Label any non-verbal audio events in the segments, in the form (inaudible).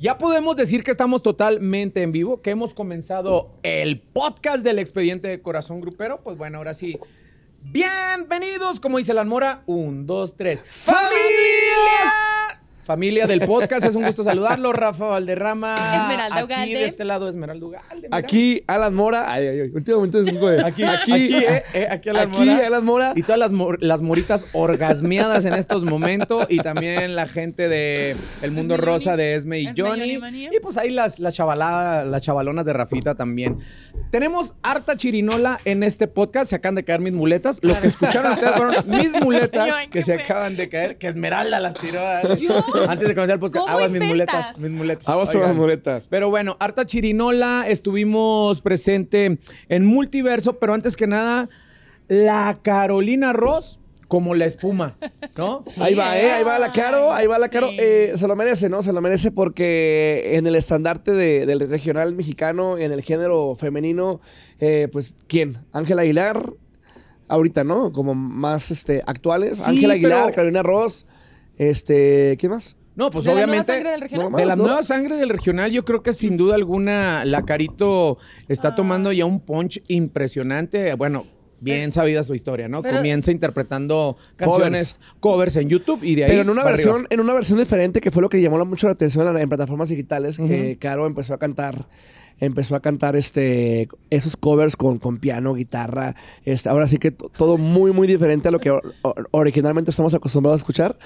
Ya podemos decir que estamos totalmente en vivo, que hemos comenzado el podcast del expediente de Corazón Grupero. Pues bueno, ahora sí. Bienvenidos, como dice la Mora, un, dos, tres. ¡Familia! Familia del podcast, es un gusto saludarlo. Rafa Valderrama. Esmeralda Aquí Ugalde. de este lado, Esmeralda Ugalde. mira. Aquí Alan Mora. Ay, ay, ay. Últimamente es un poco de- (laughs) Aquí, aquí, (laughs) eh, eh, aquí a la aquí, Mora. Alan Mora. Y todas las, mor- las moritas orgasmeadas en estos momentos. Y también la gente de El Mundo Esme y Rosa Johnny. de Esme y Esme y Johnny. Johnny Manía. Y pues ahí las, las, chavalada- las chavalonas de Rafita también. Tenemos harta chirinola en este podcast. Se acaban de caer mis muletas. Lo que escucharon ustedes fueron mis (laughs) Yo, muletas ay, que qué se feo. acaban de caer. Que Esmeralda las tiró. ¿eh? Antes de comenzar el podcast, ¿Cómo aguas mis inventas? muletas. Mis muletas. Aguas con Ah, las Oigan. muletas. Pero bueno, harta chirinola, estuvimos presente en multiverso, pero antes que nada, la Carolina Ross como la espuma, (laughs) ¿no? Ahí va, eh, ahí va la Caro, ahí va la Caro. Sí. Eh, se lo merece, ¿no? Se lo merece porque en el estandarte de- del regional mexicano, en el género femenino, eh, pues, ¿quién? Ángela Aguilar, ahorita, ¿no? Como más este, actuales. Sí, Ángela Aguilar, pero- Carolina Ross, este, ¿quién más? No, pues ¿De la nueva obviamente. sangre del regional? No, de la ¿no? nueva sangre del regional, yo creo que sin duda alguna la Carito Ah. está tomando ya un punch impresionante. Bueno, bien sabida su historia, ¿no? pero- Comienza interpretando Covers. canciones covers, en YouTube y de ahí. Pero en una para arriba. versión, en una versión diferente que fue lo que llamó la- mucho la atención en, en plataformas digitales, que Caro empezó a cantar, empezó a cantar este esos covers con, con piano, guitarra, este, ahora sí que to- todo muy muy diferente a lo que or- or- originalmente estamos acostumbrados a escuchar.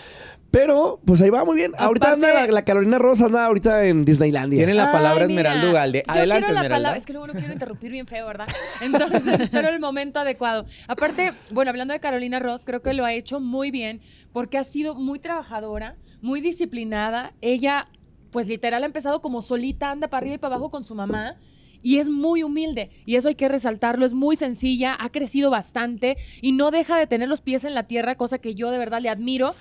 Pero, pues ahí va muy bien. ahorita Aparte- anda la, la Carolina Rosa anda ahorita en Disneylandia. Tiene la palabra Ay, mira, Esmeralda Ugalde. yo Adelante, quiero la Esmeralda. palabra- Es que luego no quiero interrumpir bien feo, ¿verdad? Entonces, (laughs) espero el momento adecuado. Aparte, bueno, hablando de Carolina Ross, creo que lo ha hecho muy bien porque ha sido muy trabajadora, muy disciplinada. Ella, pues literal, ha empezado como solita, anda para arriba y para abajo con su mamá. Y es muy humilde, y eso hay que resaltarlo, es muy sencilla, ha crecido bastante y no deja de tener los pies en la tierra, cosa que yo de verdad le admiro.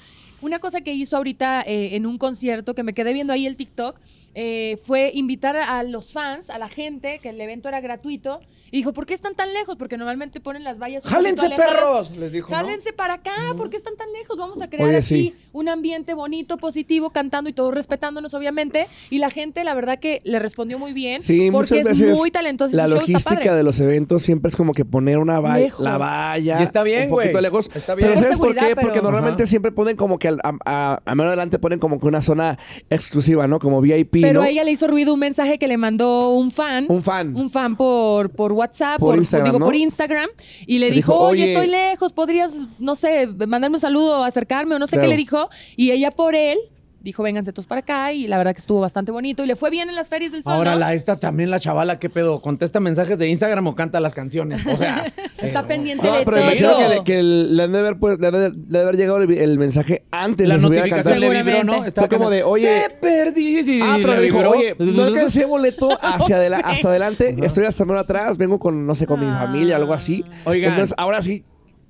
Una cosa que hizo ahorita eh, en un concierto, que me quedé viendo ahí el TikTok, eh, fue invitar a a los fans, a la gente, que el evento era gratuito, y dijo, ¿por qué están tan lejos? Porque normalmente ponen las vallas. un ¡Jálense, poquito alejadas. perros! Les dijo. ¿no? Jálense para acá, ¿por qué están tan lejos? Vamos a crear Oye, aquí sí. un ambiente bonito, positivo, cantando y todos respetándonos, obviamente. Y la gente, la verdad que le respondió muy bien, Sí, porque muchas es veces muy talentosa. y La su show está logística padre. de los eventos siempre es como que poner una valla, Lejos. la valla. Y está bien, un poquito güey. lejos. Está bien. Pero Es por ¿sabes por qué? seguridad, pero- Porque normalmente Ajá. siempre ponen como que al- a, a- a mano adelante ponen como que una zona exclusiva, ¿no? Como VIP, Pero ¿no? a ella le hizo ruido un mensaje que le mandó un fan. Un fan. Un fan por, por WhatsApp, Por por, Instagram, digo, ¿no? por Instagram. Y le Le dijo, dijo, oye, "Oye". estoy lejos, podrías, no sé, mandarme un saludo, acercarme o no sé Claro. qué le dijo. Y ella por él dijo, vénganse todos para acá. Y la verdad que estuvo bastante bonito. Y le fue bien en las ferias del sol, Ahora ¿no? la esta también la chavala, ¿qué pedo? ¿Contesta mensajes de Instagram o canta las canciones? O sea, (laughs) eh, ah, Está pendiente No, de Ah, pero todo. imagino que, le- que el- le han de haber, pues, le han de- le han de haber llegado el, el mensaje antes la de subir a notificación cantar. le vibró, ¿no? Seguramente. Estaba Fue como cantando, de, oye- Te perdí. Ah, pero le dijo, vibró. oye, no (laughs) alcancé boleto hacia No adela- sé. hasta adelante, estoy hasta menos atrás, vengo con, no sé, con mi Ah. familia, algo así. Oigan. Entonces, ahora sí,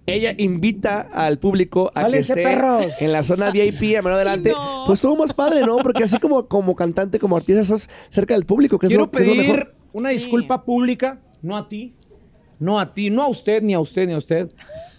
ella invita al público a que ¡Jálense, esté perros! en la zona VIP, (laughs) a mano adelante. no. Pues todo más padre, ¿no? Porque así como, como cantante, como artista, estás cerca del público, que es Quiero lo- que es lo mejor. pedir una Sí. disculpa pública, no a ti, no a ti, no a usted, ni a usted, ni a usted.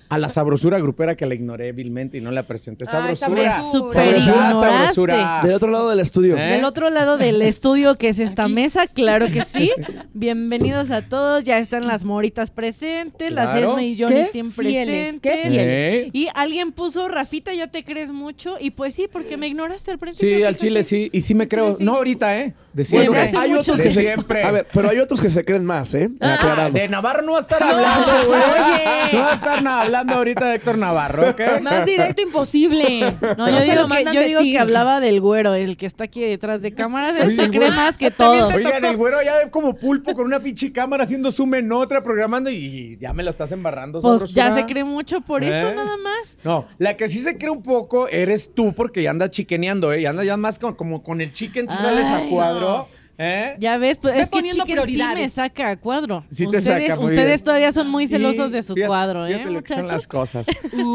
A la sabrosura grupera que la ignoré vilmente y no la presenté. Ay, Sabrosura. sabrosura. Sabrosura, Ignoraste. sabrosura. Del otro lado del estudio. ¿Eh? Del otro lado del (laughs) estudio que es esta mesa, claro que sí. Bienvenidos a todos, ya están las moritas presentes, las Claro. Esme y Johnny Qué Team fieles, presentes. qué fieles. Sí. Y alguien puso, Rafita, ya te crees mucho. Y pues sí, porque me ignoraste al principio. Sí, al fíjate. chile sí. Y sí me creo. No ahorita, ¿eh? De Bueno, siempre. hace mucho de que- siempre. A ver, pero hay otros que se creen más, ¿eh? Aclaramos. Ah, de Navarro no va a estar hablando, güey. Oye. No va a estar na- hablando ahorita de Héctor Navarro, ¿ok? (laughs) Más directo imposible. No, (laughs) yo se lo digo, que, mandan yo digo decir. que hablaba del güero, el que está aquí detrás de cámaras. Él se Oye, cree güey. más que todos. Pues, Oigan, el güero ya como pulpo con una pinche cámara haciendo zoom en otra, programando y, y ya me la estás embarrando. Pues sabrosura. ya se cree mucho por ¿Eh? eso, nada más. No, la que sí se cree un poco eres tú porque ya andas chiqueneando, ¿eh? Ya andas ya más con- como con el chicken si sales a Ay, cuadro. ¿Eh? Ya ves, pues, Ve es que poniendo Chicken sí prioridades. me saca a cuadro. Sí te ustedes, saca, muy ustedes bien. todavía son muy Y celosos de su fíjate- cuadro, ¿eh? fíjate lo que son muchachos? las cosas.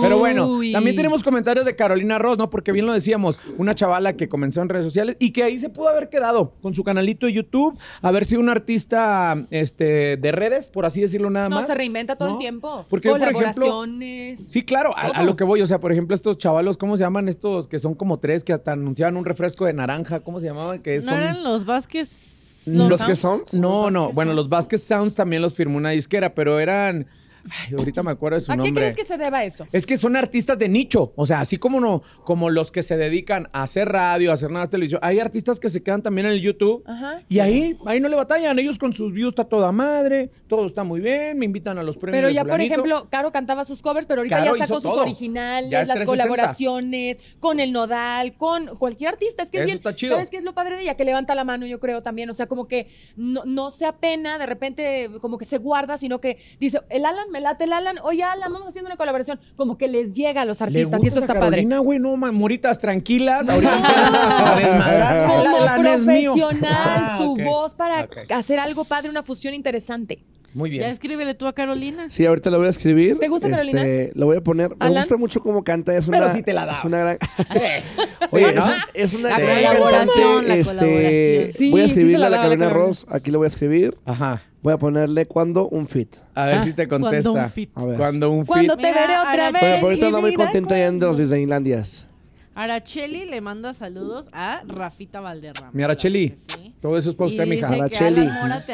Pero bueno, Uy. también tenemos comentarios de Carolina Ross, ¿no? Porque bien lo decíamos, una chavala que comenzó en redes sociales y que ahí se pudo haber quedado con su canalito de YouTube, haber sido una artista este, de redes, por así decirlo nada No, más. se reinventa todo el ¿no? tiempo. Porque, por ejemplo, Colaboraciones. Sí, claro, a, a Todo. lo que voy. O sea, por ejemplo, estos chavalos, ¿cómo se llaman estos que son como tres que hasta anunciaban un refresco de naranja? ¿Cómo se llamaban? Que son... ¿No eran los Vázquez? Los Los Sound? que son. No, Los no. Vázquez Bueno, Sounds. los Vázquez Sounds también los firmó una disquera, pero eran. Ay, ahorita me acuerdo de su ¿A nombre. qué crees que se deba eso? Es que son artistas de nicho, o sea, así como no, como los que se dedican a hacer radio, a hacer nada de televisión, hay artistas que se quedan también en el YouTube Ajá. y ahí, ahí no le batallan, ellos con sus views está toda madre, todo está muy bien, me invitan a los premios. Pero de ya, por fulanito. ejemplo, Caro cantaba sus covers, pero ahorita Caro ya hizo sacó sus todo. originales, Ya es las 360. colaboraciones, con el Nodal, con cualquier artista. Es que es Eso bien- está chido. ¿Sabes qué es lo padre de ella? Que levanta la mano, yo creo también. O sea, como que no, no se apena, de repente, como que se guarda, sino que dice, el Alan, me late el Alan, oye Alan, vamos haciendo una colaboración. Como que les llega a los Le artistas y eso gustas está a padre. Carolina, güey, no, ma- moritas tranquilas, (laughs) ahorita para desmadrar, Como el Alan es mío. profesional, Ah, su ok. voz para Ok. hacer algo padre, una fusión interesante. Muy Ya bien. escríbele tú a Carolina. Sí, ahorita lo voy a escribir. ¿Te gusta, Este, Carolina? Lo voy a poner. Me ¿Alan? gusta mucho cómo canta. Es una, Pero sí te la dabas. Es una gran. (laughs) Oye, es, ¿no? (laughs) un- es una La gran colaboración, cantante, la este, colaboración. Sí, voy a sí se escribirle la a la daba la Carolina Ross. colaboración. Aquí lo voy a escribir. Ajá. Voy a ponerle cuando un fit. A ver Ah, si te cuando un contesta. fit. A ver. Cuando un fit. Cuando te Mira, veré otra Araceli. vez. Pero por ahorita mi ando muy vida, contenta yendo a los Disneylandias. Aracheli le manda saludos a Rafita Valderrama. Mi Aracheli, Claro que sí. todo eso es para usted, Y mija. dice que, Aracheli. Alan Mora, te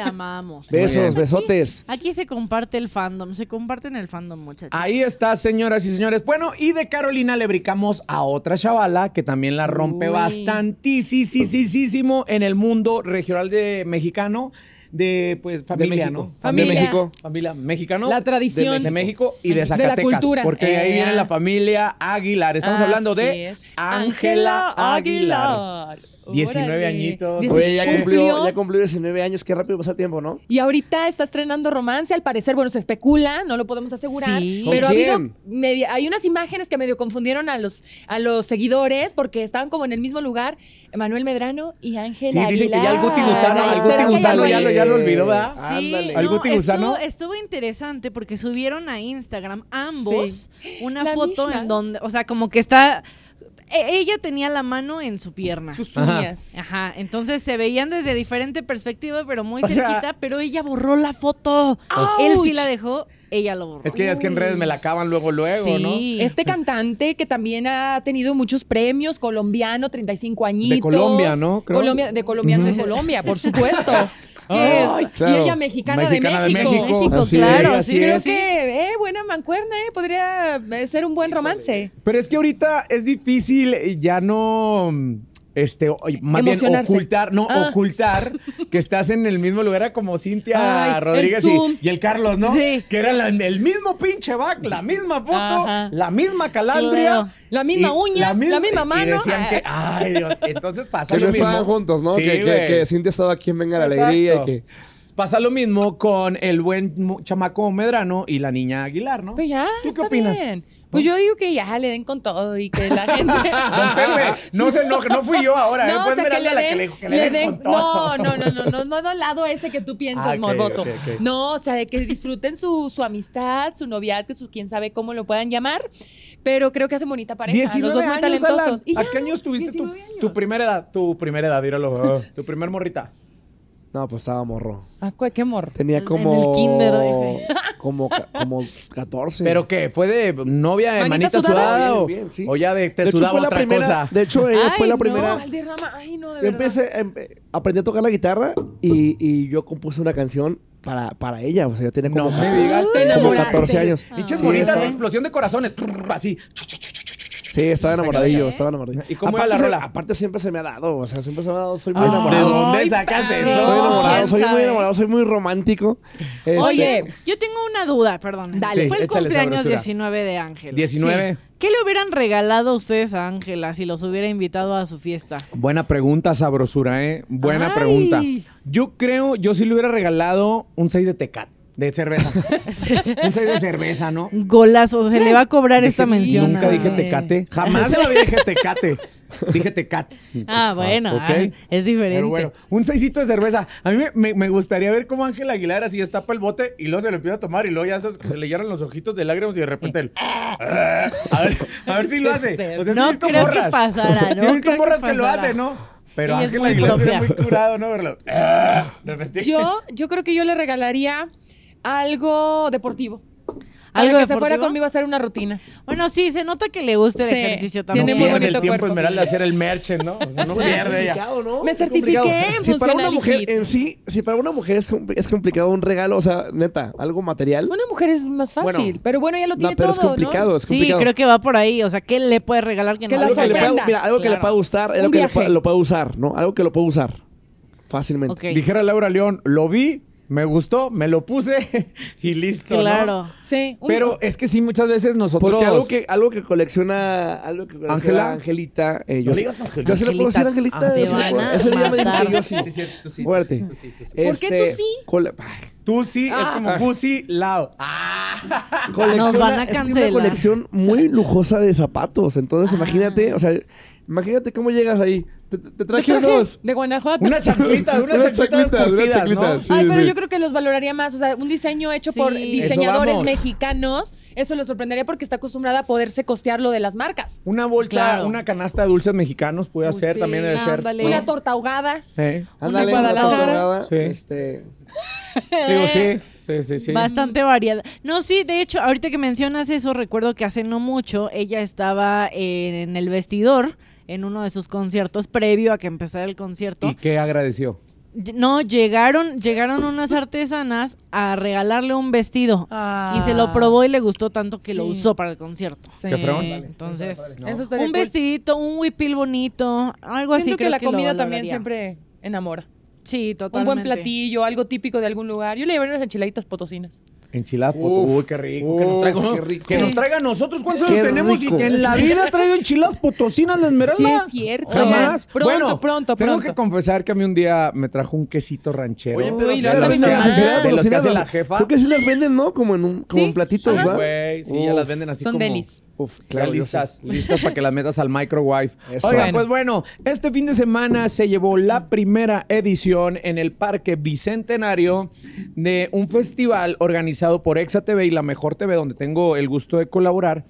Muy amamos. bien. Besos, besotes. Aquí se comparte el fandom, se comparten el fandom, muchachos. Ahí está, señoras y señores. Bueno, y de Carolina le brincamos a otra chavala que también la rompe Uy. bastantísimo en el mundo regional de mexicano, de pues familia, México. ¿no? Familia. De México. Familia mexicano. La de tradición. Me- De, México y De de la Zacatecas. cultura. Porque de ahí Eh. viene la familia Aguilar. Estamos Así hablando de es. Ángela Aguilar. 19 Órale. añitos. Dice- Oye, ya ¿Cumplió? cumplió, ya cumplió 19 años. Qué rápido pasa el tiempo, ¿no? Y ahorita está estrenando romance, al parecer, bueno, se especula, no lo podemos asegurar, Sí. ¿Con pero ha habido quién? media- hay unas imágenes que medio confundieron a los a los seguidores porque estaban como en el mismo lugar, Manuel Medrano y Ángela Sí, dicen que ya el Guti Aguilar. Gutano, el Guti ¿Será que ya Gusano no- ya lo, ya lo olvidó, ¿verdad? Sí, Ándale. no, ¿Al Guti Gusano? Estuvo, estuvo interesante porque subieron a Instagram ambos una La foto misma. en donde, o sea, como que está. e- Ella tenía la mano en su pierna. Sus Ajá. uñas. Ajá, entonces se veían desde diferente perspectiva, pero muy O sea- cerquita, pero ella borró la foto. Ouch. Él sí la dejó, ella lo borró. Es que ya es que en redes me la acaban luego, luego, Sí. ¿no? Este cantante que también ha tenido muchos premios, colombiano, 35 añitos. De Colombia, ¿no? Creo. Colombia, de colombianos de Colombia, por supuesto. (laughs) Ay, claro. Y ella mexicana, Mexicana de De México. México. México, Así claro, es, sí. así Creo es. que, eh, buena mancuerna, eh, podría eh, ser un buen romance. Pero es que ahorita es difícil eh, ya no. mm, Este, o- más bien Emocionarse. ocultar, no, Ah. ocultar que estás en el mismo lugar era como Cintia Ay, el Rodríguez y- Zoom. y, el Carlos, ¿no? Sí. Que eran la- el mismo pinche back, la misma foto, Ajá. la misma calandria, Claro. La misma y uña, la misma Y mano. decían (laughs) que, ay, Dios, entonces pasa Que lo no mismo. estaban juntos, ¿no? Sí, que, que, güey. que Cintia estaba aquí en Venga la Alegría y Exacto. que. Pasa lo mismo con el buen mu- chamaco Medrano y la niña Aguilar, ¿no? Pues ya, ¿Tú qué está opinas? bien. Pues yo digo que ya le den con todo y que la (laughs) gente. (laughs) Don Pepe, no se enoje, no fui yo ahora. ¿eh? No, Fue o sea, que Esmeralda le la que le den, dijo que le le den den- con todo. no, no, no, no, no, no del lado ese que tú piensas, Ah, ok, morboso. ok, ok. No, o sea, de que disfruten su, su amistad, su noviazgo, su quién sabe cómo lo puedan llamar, pero creo que hacen bonita pareja, 19 los dos muy años, Alan. talentosos. Y ¿A ya, qué años tuviste tu, 19 años. tu primera edad? Tu primera edad, (laughs) míralo. ah, tu primer morrita. No, pues estaba morro. Ah, cu- qué amor. Tenía En como. el kinder, dice. Como, ca- como 14. ¿Pero qué? ¿Fue de novia de ¿Manita manita sudada? sudada? o, Bien, bien, sí. o ya de te De hecho, sudaba fue la otra primera- cosa? De hecho, ella fue Ay, la no. primera. No, Valderrama, ay, no, de Yo verdad. empecé, em- aprendí a tocar la guitarra y, y yo compuse una canción para, para ella. O sea, yo tenía No como, me ca- digas. Te como enamoraste. 14 años. Pinches Sí, bonitas, estaba- explosión de corazones. prr, Así. Sí, estaba enamoradillo, estaba enamoradillo. ¿Y cómo era la Aparte se- rola? Aparte siempre se me ha dado, o sea, siempre se me ha dado, soy muy Ah, ¿De enamorado. dónde Ay, sacas padre. eso? Soy enamorado, ¿Quién soy muy sabe? enamorado, soy muy romántico. Este, Oye, Yo tengo una duda, perdón. Dale. Fue el Sí, échale esa cumpleaños grosura. 19 de Ángela. 19. ¿Qué le hubieran regalado ustedes a Ángela si los hubiera invitado a su fiesta? Buena pregunta, sabrosura, ¿eh? Buena Ay. pregunta. Yo creo, yo sí le hubiera regalado un 6 de Tecat. de (laughs) cerveza. Un 6 de cerveza, ¿no? Golazo, se le va a cobrar Dije, esta mención. Nunca dije Ay. tecate. Jamás en la vida dije (laughs) tecate. Dije tecate. Ah, bueno, ok. ah, es diferente. Pero bueno, un seisito de cerveza. A mí me, me- me gustaría ver cómo Ángel Aguilar así destapa el bote y luego se lo empieza a tomar y luego ya hace que se le llenan los ojitos de lágrimas y de repente el- Ah, a, ver, a ver si lo hace. O sea, sí No he visto creo que morras. pasara, Sí he no visto creo que morras que, lo pasara. hacen, ¿no? Pero Ella es Ángel muy Aguilar sería propia. muy curado, ¿no? Verlo. Ah, de repente. Yo, yo creo que yo le regalaría algo deportivo. Algo ¿Algo que se fuera deportivo? conmigo a hacer una rutina. Bueno, sí, se nota que le gusta el Sí, ejercicio tiene también. no muy pierde bonito el tiempo cuerpo. esmeralda hacer el merche, ¿no? O sea, no pierde ella. Complicado, ¿no? Me Está complicado. certifiqué en Si para una funcional mujer fit. en sí, si para una mujer es, compl- es complicado un regalo, o sea, neta, algo material. Una mujer es más fácil, Bueno, pero bueno, ella lo no, tiene pero todo, es complicado, ¿no? es Sí, complicado. creo que va por ahí. O sea, ¿qué le puedes regalar que, Que no la algo que le sorprenda. pueda, mira, algo que le Claro. pueda gustar, algo Un que le viaje. pueda- lo pueda usar, ¿no? Algo que lo pueda usar fácilmente. Ok. Dijera Laura León, lo vi, me gustó, me lo puse (laughs) y listo. ¿no? Claro. Sí. un- Pero es que sí, muchas veces nosotros. Porque algo que, algo que colecciona, algo que colecciona Ángela. Angelita, eh, yo, No sí- digas Angelita. yo sí le puedo decir Angelita. yo Ah, te sí le van puedo- a Ese día me dijo matar. que yo sí. Ah, Sí, cierto, sí, tú Fuerte. sí, tú sí, tú sí. ¿Por qué tú Este, sí? cole- ay, Eh, Tú sí, es Ah. como pussy Ah, lao. colecciona- Nos van a es que tiene cancelar. una colección muy lujosa de zapatos. Ah. Entonces, imagínate, o sea, imagínate cómo llegas ahí. Te, te- te traje traje unos. de Guanajuato. Una (laughs) chanclita, una, Una chanclita, chanclita, una curtidas, chanclita, ¿no? sí. Ay, pero yo creo que los valoraría más. O sea, un diseño hecho Sí. por Eso diseñadores vamos. mexicanos, eso lo sorprendería porque está acostumbrada a poderse costear lo de las marcas. Una bolsa, Claro. una canasta de dulces mexicanos puede Pues hacer, sí, también debe ser. ándale. ¿no? Una torta ahogada. Eh. Ándale, Una una Guadalajara. torta Sí. Este. Digo, Eh, sí, sí, sí, sí. Bastante variada. No, sí, de hecho, ahorita que mencionas eso, recuerdo que hace no mucho ella estaba eh, en el vestidor en uno de sus conciertos previo a que empezara el concierto. ¿Y qué agradeció? Ll- No, llegaron, llegaron unas artesanas a regalarle un vestido Ah. y se lo probó y le gustó tanto que lo Sí. usó para el concierto. Qué fregón. Eh, Entonces, Eso un estaría cool. vestidito, un huipil bonito, algo así. Siento que Pues creo la lo comida también valoraría. siempre enamora. Sí, totalmente. Un buen platillo, algo típico de algún lugar. Yo le llevaría unas enchiladitas potosinas. Enchiladas por Uf, Ah, pues, Uy, qué rico. que nos uf, traiga, qué rico. Que nos traiga a nosotros. ¿Cuántos Qué años tenemos? rico. Y que en la vida traigo enchiladas potosinas de Sí, esmeralda. es cierto. Jamás. Pronto, Bueno, pronto, Tengo pronto. que confesar que a mí un día me trajo un quesito ranchero. Oye, pero Uy, sí, lo de hacen las en que- Canadá. sí, de De los los sí que hace las- la jefa. Creo que sí las venden, ¿no? Como en, un, como Sí. en platitos, Sí, ¿va? güey, sí, ya Uf. las venden así Son como... delis. Uf, Ya claro, yo listas, sé. listas para que las metas al microwave. (laughs) Eso. Oigan, Bueno. pues bueno, este fin de semana se llevó la primera edición en el Parque Bicentenario de un festival organizado por Exa TV y La Mejor TV, donde tengo el gusto de colaborar,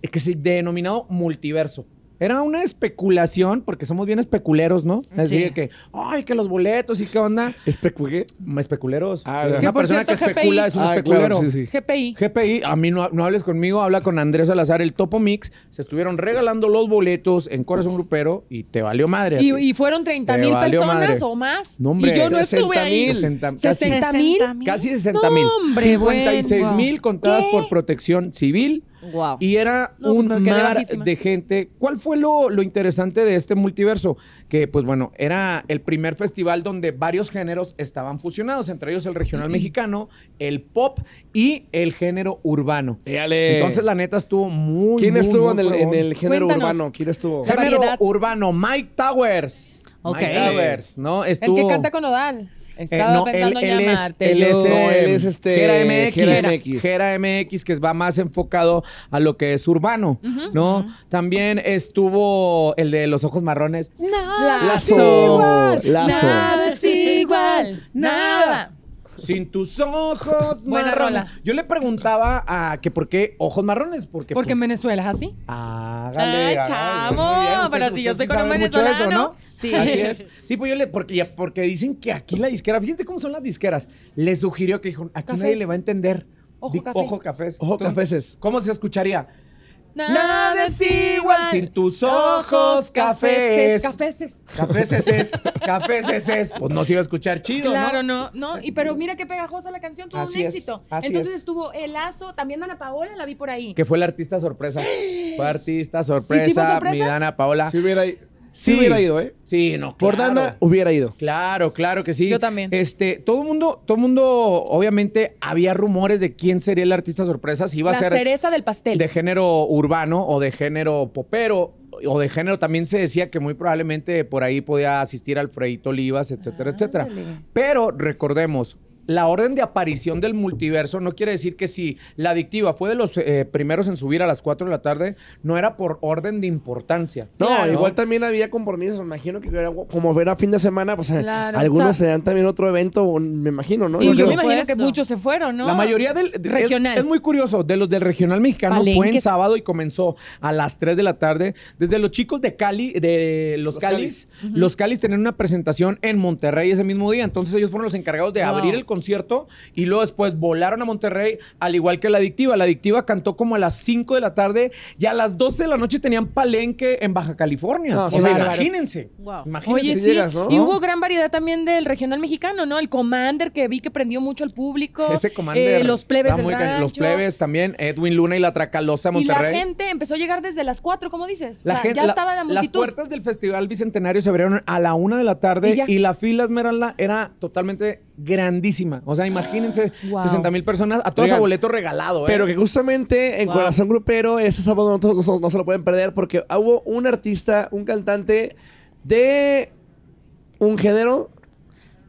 eh, que se denominado Multiverso. Era una especulación, porque somos bien especuleros, ¿no? Así Sí. de que, ay, que los boletos y qué onda. Especugué. Especuleros. Ah, Una Que por persona cierto, que GPI. especula es un Ah, claro, especulero. sí, sí. GPI. GPI, a mí no, no hables conmigo, habla con Andrés Salazar, el Topo Mix. Se estuvieron regalando los boletos en Corazón Grupero y te valió madre. a Y, ti. y fueron 30 Te mil valió personas madre. o más. No, hombre, y yo no 60 estuve ahí. 60, casi, 60 mil. 60,000. casi 60 mil. No, hombre, 56 bueno. mil contadas ¿Qué? por protección civil. Wow. Y era No, pues un me quedé mar bajísima. de gente. ¿Cuál fue lo, lo interesante de este multiverso? Que, pues bueno, era el primer festival donde varios géneros estaban fusionados, entre ellos el (clears throat) regional mexicano, el pop y el género urbano. Entonces, la neta estuvo muy. ¿Quién muy, muy estuvo en el, en fregón. el género Cuéntanos. urbano? ¿Quién estuvo? Ja- género variedad? urbano? Mike Towers. Ok. Mike Towers, ¿no? El Estuvo. que canta con Odal. Eh, Estaba no, pensando él, él en es, llamarte. él es, yo. No, eh, él es este, Gera MX, Gera Gera MX. MX. que va más enfocado a lo que es urbano, ¿no? También estuvo el de los ojos marrones. Lazo. Lazo. Nada es igual. Nada. Sin tus ojos Buena marrones. rola. Yo le preguntaba a que por qué ojos marrones, porque Porque en pues, Venezuela es así. Hágale, Ay, hágale, chamo, muy bien. Ustedes- pero si yo ustedes soy sí con un saben mucho de eso, venezolano. ¿no? Sí. Así (laughs) es. Sí, pues yo le, porque, ya- porque dicen que aquí la disquera, fíjense cómo son las disqueras, le sugirió que dijo, aquí Cafés. nadie le va a entender. Ojo, Di- café. Ojo cafés. Ojo, Entonces, cafeses. ¿Cómo se escucharía? Nada es igual sin tus ojos, cafés. Cafeses. Cafés es, cafés es, pues no se iba a escuchar chido, Claro, ¿no? no, no, y pero mira qué pegajosa la canción, tuvo Así un es, éxito. así Entonces es. estuvo El Lazo, también Ana Paola la vi por ahí. Que fue la artista sorpresa. Fue artista ¿Y sí fue sorpresa, sorpresa? mi Dana Paola. Si hubiera, i- si hubiera ido, ¿eh? Sí, no, Por claro. Dana hubiera ido. Claro, claro que sí. Yo también. Este, todo el mundo, todo mundo, obviamente, había rumores de quién sería el artista sorpresa, si iba a la ser cereza del pastel. de género urbano o de género popero o de género también se decía que muy Ah, probablemente por ahí podía asistir Alfredito Olivas, etcétera, etcétera. Pero recordemos, la orden de aparición del multiverso no quiere decir que si la adictiva fue de los eh, primeros en subir a las 4 de la tarde, no era por orden de importancia. No, Claro. igual también había compromisos. Me imagino que era- como era fin de semana, pues eh, Claro, algunos o sea- se dan también otro evento, o- me imagino, ¿no? Y yo creo. me imagino que Supuesto. muchos se fueron, ¿no? La mayoría del de- Regional. Es, es muy curioso, de los del regional mexicano fue en Palenques. sábado y comenzó a las 3 de la tarde. Desde los chicos de Cali, de los, Los Calis, los Calis tenían una presentación en Monterrey ese mismo día. Entonces ellos fueron los encargados de abrir el concierto y luego después volaron a Monterrey, al igual que la adictiva. La adictiva cantó como a las 5 de la tarde y a las 12 de la noche tenían palenque en Baja California. No, o sí, sea, bárbaros. imagínense. Wow. Imagínense. Oye, si sí. llegas, ¿no? Y hubo gran variedad también del regional mexicano, ¿no? El Commander que vi que prendió mucho al público. Ese commander. eh, los plebes está del muy cañón. Los rancho. plebes también. Edwin Luna y la Tracalosa Y la Monterrey. gente empezó a llegar desde las 4, ¿cómo dices? La o sea, gente- ya la- estaba la las multitud. puertas del Festival Bicentenario se abrieron a la una de la Y tarde ya. y, la fila Esmeralda era totalmente grandísima. O sea, imagínense, Wow. 60 mil personas a todos a Oigan, boleto regalado. ¿eh? Pero que justamente en Wow. Corazón Grupero, este sábado no, no- no- no se lo pueden perder porque hubo un artista, un cantante de un género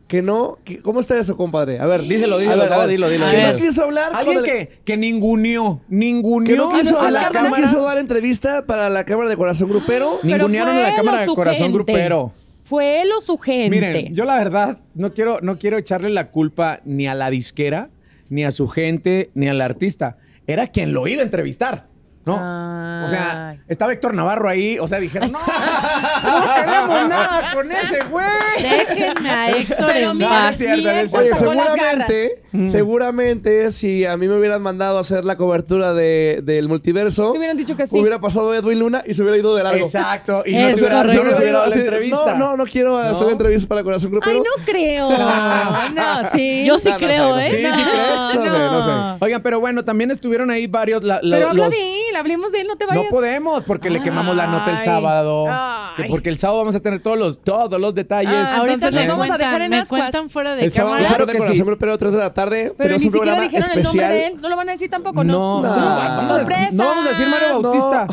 que no. que- ¿Cómo está eso, compadre? A ver, Díselo, a díselo, ver, a no, ver. dilo, dilo, Que dilo. no quiso hablar. con Alguien el- que, que ninguneó, ninguneó que no quiso, a la hablar, que no cámara. quiso dar entrevista para la cámara de Corazón Grupero. eh, Ni- ningunearon fue a la él cámara o de su Corazón gente. Grupero. Fue él o su gente. Miren, yo la verdad no quiero, no quiero echarle la culpa ni a la disquera, ni a su gente, ni al artista. Era quien lo iba a entrevistar. No. O Ay. sea, estaba Héctor Navarro ahí. O sea, dijeron, no, (laughs) no queremos nada con ese güey. Déjenme (laughs) a Héctor Pero en mira, no paz. es cierto, no es Miguel cierto. Oye, se sacó las garras. seguramente, Mm. seguramente si a mí me hubieran mandado a hacer la cobertura de, del multiverso, Te hubieran dicho que sí. hubiera pasado Edwin Luna y se hubiera ido de largo. Exacto. Y Es no te correcto. no te Yo hubiera hubiera dado la así de, entrevista. No, no, no quiero hacer No. entrevistas para Corazón Grupero. Ay, no creo. No, sí. Yo sí No, no creo, sé, no ¿eh? sé. Sí, sí crees. No sé, no sé. Oigan, pero bueno, también estuvieron ahí varios. la- la- Pero habla los- de él, hablemos de él, no te No vayas. podemos porque le quemamos la nota el Ay. sábado. Ay. Que porque el sábado vamos a tener todos los, todos los detalles. Ah, Ahorita entonces les los vamos a cuentan, dejar en me ascuas. cuentan fuera de El sábado cámara. Claro claro que que sí. Corazón Grupero 3 de la tarde. Pero tenemos ni un siquiera programa dijeron el especial. nombre de él. No lo van a decir tampoco, No, ¿no? ¿cómo vamos a- Sorpresa. no vamos a decir Mario (laughs) Bautista.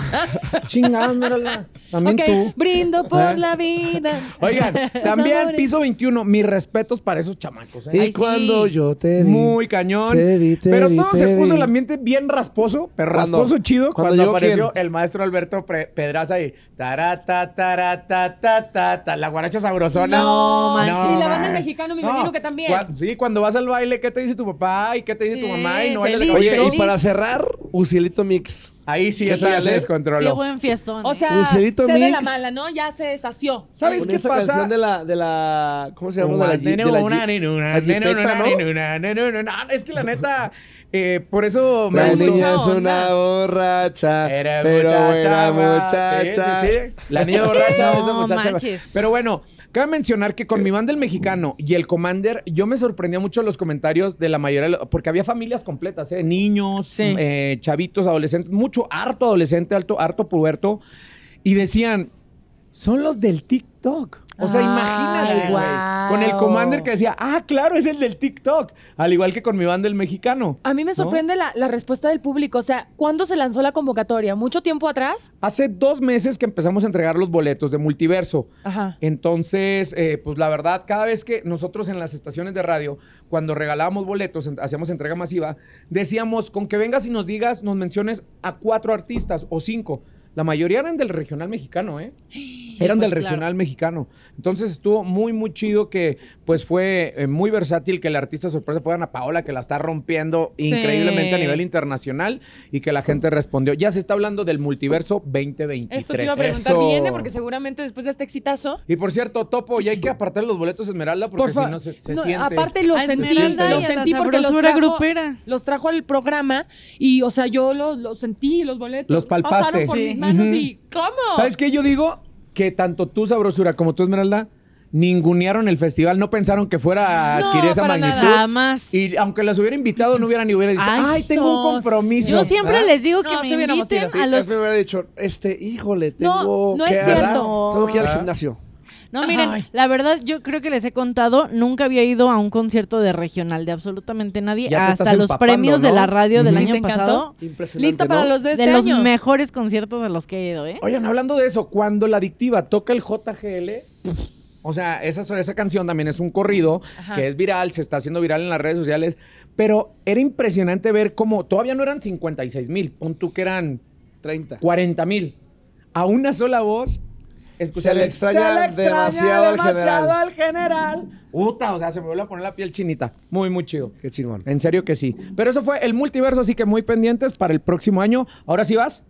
Chingada, mírala. También Ok, tú. brindo ¿Eh? por la vida. (laughs) Oigan, también amores. piso 21. Mis respetos para esos chamacos. Y ¿eh? Ay, sí. cuando yo te vi. Muy cañón. Te vi, te pero vi, todo te se vi. puso el ambiente bien rasposo, pero ¿Cuándo? rasposo chido ¿Cuándo cuando llegó apareció quién? el maestro Alberto Pre- Pedraza y tarata, tarata, ta, ta, ta, la guaracha sabrosona. No, manches. Y la banda man. del mexicano, me imagino que también. Cua- sí, cuando vas al baile, ¿qué te dice tu papá? ¿Y qué te dice tu Sí, mamá? Y no feliz, baila la- Oye, Oye, y para cerrar, Ucielito Mix. ahí sí, eso ya tal, se eh? Qué descontroló. buen fiestón. O ¿eh? sea, se Lucerito de la Mix. mala, ¿no? Ya se deshació. ¿Sabes Con qué esa pasa? canción de la, de la. ¿Cómo se llama? De la, Una, ji- de la, una, ji- una, la jipeta, ¿no? una, una, una. Es que la neta, eh, por eso me La gustó. niña es onda. una borracha, Era pero muchacha, buena ma. Sí, muchacha. sí, sí. La niña borracha, No esa muchacha. manches. Pero bueno, cabe mencionar que con mi banda el mexicano y el Commander, yo me sorprendía mucho los comentarios de la mayoría, de lo- porque había familias completas, ¿eh? niños, Sí. eh, chavitos, adolescentes, mucho harto adolescente, alto, harto puberto, y decían, son los del TikTok. O sea, Ay, imagínate, güey. guau. Con el Commander que decía, ah, claro, es el del TikTok. Al igual que con mi banda el mexicano. A mí me ¿no? sorprende la, la respuesta del público. O sea, ¿cuándo se lanzó la convocatoria? ¿Mucho tiempo atrás? Hace dos meses que empezamos a entregar los boletos de multiverso. Ajá. Entonces, eh, pues la verdad, cada vez que nosotros en las estaciones de radio, cuando regalábamos boletos, en- hacíamos entrega masiva, decíamos, con que vengas y nos digas, nos menciones a cuatro artistas o cinco. La mayoría eran del regional mexicano, ¿eh? Eran pues, del claro. regional mexicano. Entonces estuvo muy, muy chido que pues fue eh, muy versátil que el artista sorpresa fue Ana Paola, que la está rompiendo Sí. increíblemente a nivel internacional y que la gente respondió. Ya se está hablando del multiverso 2023. Eso te iba a preguntar. Eso. Viene porque seguramente después de este exitazo. Y por cierto, Topo, ya hay que apartar los boletos Esmeralda porque Por si fa- no se, se no, siente. Aparte los Ay, sentí, Esmeralda los y a la sentí porque los sabrosura trajo, grupera. los trajo al programa y, o sea, yo los los sentí, los boletos. Los palpaste. Pasaron por Sí. mis manos Ujú. y ¿cómo? ¿Sabes qué? Yo digo que tanto tú, Sabrosura, como tú, Esmeralda, ningunearon el festival, no pensaron que fuera a No, adquirir esa para magnitud. nada. Jamás. Y aunque las hubiera invitado, no hubieran ni hubiera dicho, ay, tengo no, un compromiso. Yo siempre ¿Ah? les digo que No, me sí hubiéramos ido, inviten sí. a los Es me hubiera dicho, este, híjole, No, tengo no que es ir- cierto. tengo que ir al Ah. gimnasio. No, miren, Ay. la verdad yo creo que les he contado, nunca había ido a un concierto de regional de absolutamente nadie, Ya te estás hasta los empapando, premios de ¿no? la radio del Ujú. ¿Y año te encantó? pasado. Impresionante. Listo para ¿no? los de este de los año. mejores conciertos de los que he ido, ¿eh? Oigan, hablando de eso, cuando la adictiva toca el JGL, O sea, esa, esa canción también es un corrido Ajá. que es viral, se está haciendo viral en las redes sociales. Pero era impresionante ver cómo todavía no eran 56 mil, pon tú que eran 30. 40 mil. A una sola voz. escuchar Se le el, extraña demasiado al general". al general. Puta, o sea, se me vuelve a poner la piel chinita. Muy, muy chido. Qué chingón. En serio que sí. Pero eso fue el multiverso, así que muy pendientes para el próximo año. ¿Ahora sí vas?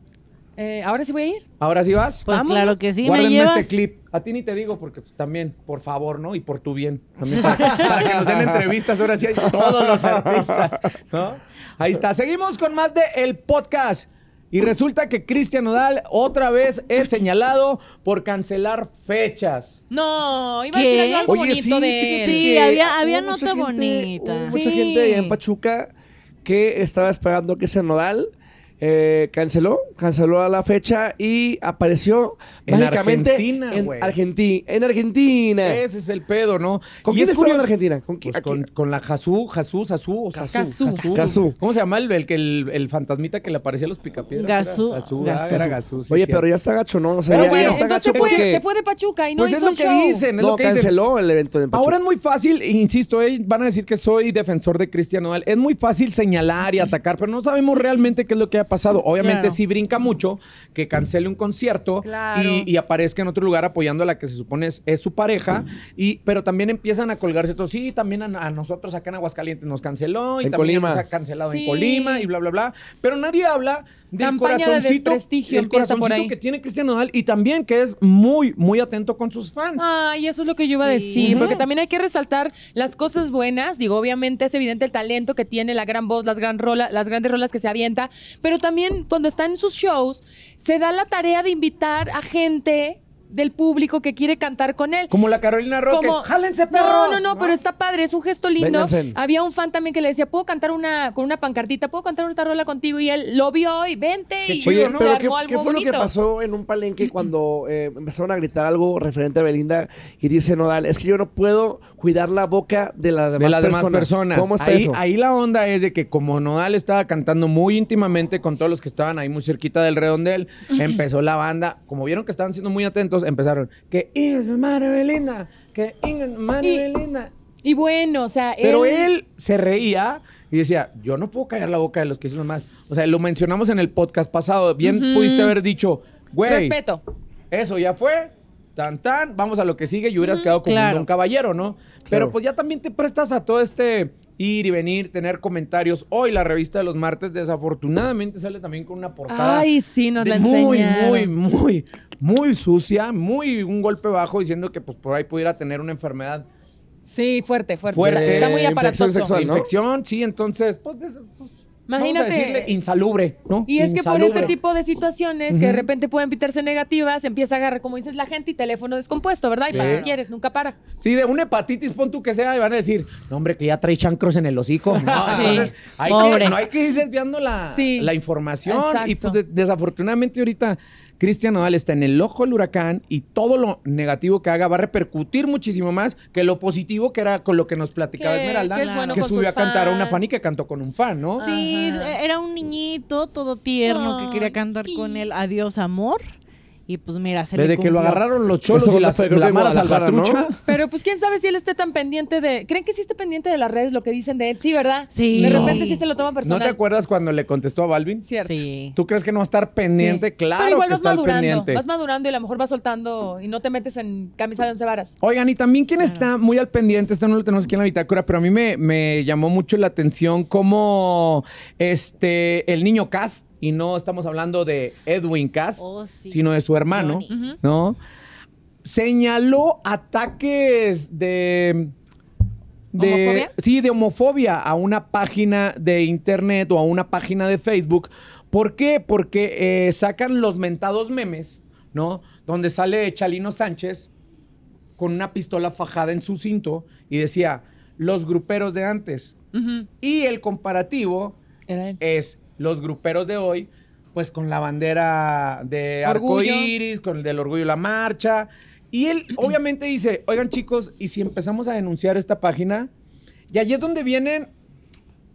Eh, Ahora sí voy a ir. ¿Ahora sí vas? Pues Vamos. claro que sí, me Guárdenme llevas. este clip. A ti ni te digo porque pues, también, por favor, ¿no? Y por tu bien. También para, para que nos den entrevistas ahora sí a todos los artistas, ¿no? Ahí está. Seguimos con más de El Podcast. Y resulta que Cristian Nodal otra vez es señalado por cancelar fechas. No, iba a ¿Qué? decir algo, algo Oye, bonito sí, de él. fíjate Sí, que había- había hubo nota mucha gente- bonita. hubo Mucha Sí. gente allá en Pachuca que estaba esperando que ese nodal eh, canceló, canceló a la fecha y apareció En mágicamente Argentina, en güey. Argentina. En Argentina. Ese es el pedo, ¿no? Eh. ¿Con Y quién es estaba en curioso- Argentina? ¿Con quién? Pues con, con la Jasú, Jasú, Jasú, o Cazú. Cazú. ¿Cómo se llama el, el, que- el, el fantasmita que le aparecía a los picapiedras? Gazú. Era Gazú, ah, Gazú. era Gazú, sí, Oye, cierto. pero ya está gacho, ¿no? O sea, Pero ya, bueno, ya está entonces gacho gacho fue- porque... se fue de Pachuca y no Pues hizo es lo el que show. dicen, es no, lo que dicen. canceló el evento de Pachuca. Ahora es muy fácil, insisto, eh, van a decir que soy defensor de Cristian Nodal. Es muy fácil señalar y atacar, pero no sabemos realmente qué es lo que ha pasado. Obviamente Claro. sí brinca mucho que cancele un concierto Claro. y, y aparezca en otro lugar apoyando a la que se supone es, es su pareja, y, pero también empiezan a colgarse todos. Sí, también a, a nosotros acá en Aguascalientes nos canceló y En también Colima. nos ha cancelado Sí. en Colima y bla, bla, bla. Pero nadie habla del Campaña de corazoncito, desprestigio el empieza por ahí. corazoncito que tiene Cristian Nodal y también que es muy, muy atento con sus fans. Ay, Ah, eso es lo que yo iba a Sí. decir, Ujú. porque también hay que resaltar las cosas buenas. Digo, obviamente es evidente el talento que tiene, la gran voz, las, gran rola- las grandes rolas que se avienta, pero también cuando está en sus shows, se da la tarea de invitar a gente del público que quiere cantar con él. Como la Carolina Ross, que, Como- jálense perros. No, no, no, pero está padre, es un gesto lindo. Vénganse. Había un fan también que le decía, ¿puedo cantar una con una pancartita? ¿Puedo cantar una rola contigo? Y él lo vio y vente. Qué y chido, Oye, se ¿no? pero armó ¿qué, algo qué fue lo que bonito. Mm. pasó en un palenque cuando eh, empezaron a gritar algo referente a Belinda y dice Nodal, es que yo no puedo cuidar la boca de las demás, de las demás personas. personas. ¿Cómo está ahí, eso? ahí la onda es de que como Nodal estaba cantando muy íntimamente con todos los que estaban ahí muy cerquita del redondel, empezó la banda, como vieron que estaban siendo muy atentos, empezaron que Inés mi madre Belinda, que Inés mi madre Y- Belinda. Y bueno, o sea, Pero él se reía y decía, yo no puedo callar la boca de los que hicieron más. O sea, lo mencionamos en el podcast pasado, bien pudiste haber dicho, güey, Respeto. Eso ya fue. Tan tan, vamos a lo que sigue y hubieras Mm, quedado como claro. un caballero, ¿no? Pero Claro. pues ya también te prestas a todo este ir y venir, tener comentarios. Hoy la revista de los martes desafortunadamente sale también con una portada. Ay, sí, nos de la muy, enseñaron. muy, muy, muy sucia, muy un golpe bajo diciendo que pues por ahí pudiera tener una enfermedad Sí, fuerte, fuerte. Fuerte. Está muy Eh, infección aparatoso. sexual. de ¿no? infección, sí, entonces pues, des- pues, Imagínate. vamos a decirle insalubre, ¿no? Y es que por Insalubre. este tipo de situaciones que de repente pueden pintarse negativas, empieza a agarrar, como dices, la gente y teléfono descompuesto, ¿verdad? ¿Y Sí. para qué quieres? Nunca para. Sí, de una hepatitis, pon tú que sea, y van a decir, no, hombre, que ya trae chancros en el (laughs) hocico. No, Sí. entonces, hay Pobre. que, no hay que ir desviando la, Sí. la información. Exacto. Y pues de- desafortunadamente ahorita Cristian Nodal está en el ojo del huracán y todo lo negativo que haga va a repercutir muchísimo más que lo positivo que era con lo que nos platicaba Que- Esmeralda, que que, es bueno con subió sus a cantar a una fans. fan y que cantó con un fan, ¿no? Sí, e-, era un niñito todo tierno Ay, que quería cantar con sí. él Adiós Amor. Y pues mira, se le Desde que lo cumplió. agarraron los cholos Eso y la, fue, creo que la en mala Guadalajara, ¿no? salvatrucha. (laughs) Pero pues quién sabe si él esté tan pendiente de. ¿Creen que sí esté pendiente de las redes lo que dicen de él? Sí, ¿verdad? Sí. De No. repente sí se lo toma ¿No personal. te acuerdas cuando le contestó a Balvin? Cierto. Sí. ¿Tú crees que no va a estar pendiente? Sí. Claro Pero igual que vas está al madurando. pendiente. Vas madurando y a lo mejor vas soltando y no te metes en camisa de once varas. Oigan, y también quien está muy al pendiente, esto no lo tenemos aquí en la bitácora, pero a mí me, me llamó mucho la atención cómo este, el niño Cast, y no estamos hablando de Edwin Cast, Oh, sí. sino de su hermano, Johnny. Ujú. ¿no? Señaló ataques de... de- ¿Homofobia? Sí, de homofobia a una página de internet o a una página de Facebook. ¿Por qué? Porque eh, sacan los mentados memes, ¿no? Donde sale Chalino Sánchez con una pistola fajada en su cinto y decía, los gruperos de antes. Y el comparativo Era él. es los gruperos de hoy, pues con la bandera de arco Orgullo. iris, con el del orgullo y la marcha. Y (clears throat) él obviamente dice, oigan chicos, ¿y si empezamos a denunciar esta página? Y allí es donde vienen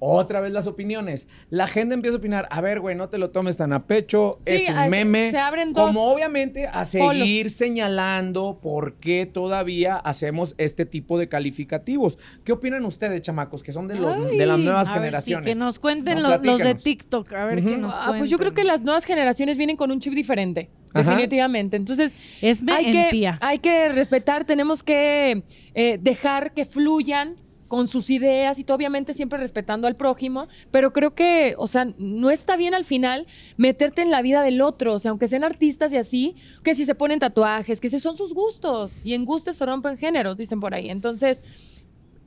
Otra vez las opiniones. La gente empieza a opinar, a ver, güey, no te lo tomes tan a pecho, Sí, es a- un meme. se abren Como dos obviamente a seguir señalando por qué todavía hacemos este tipo de calificativos. ¿Qué opinan ustedes, chamacos, que son Ah, de, los- de las Ay, nuevas A ver, sí, generaciones? que nos cuenten No, los, los de platícanos. TikTok. A ver qué nos Ah, pues yo creo que cuentan. las nuevas generaciones vienen con un chip diferente, Ajá. definitivamente. Entonces, Es hay que, mentía. hay que respetar, tenemos que eh, dejar que fluyan con sus ideas y todo, obviamente siempre respetando al prójimo, pero creo que, o sea, no está bien al final meterte en la vida del otro, o sea, aunque sean artistas y así, que si se ponen tatuajes, que si son sus gustos y en gustos se rompen géneros, dicen por ahí. Entonces,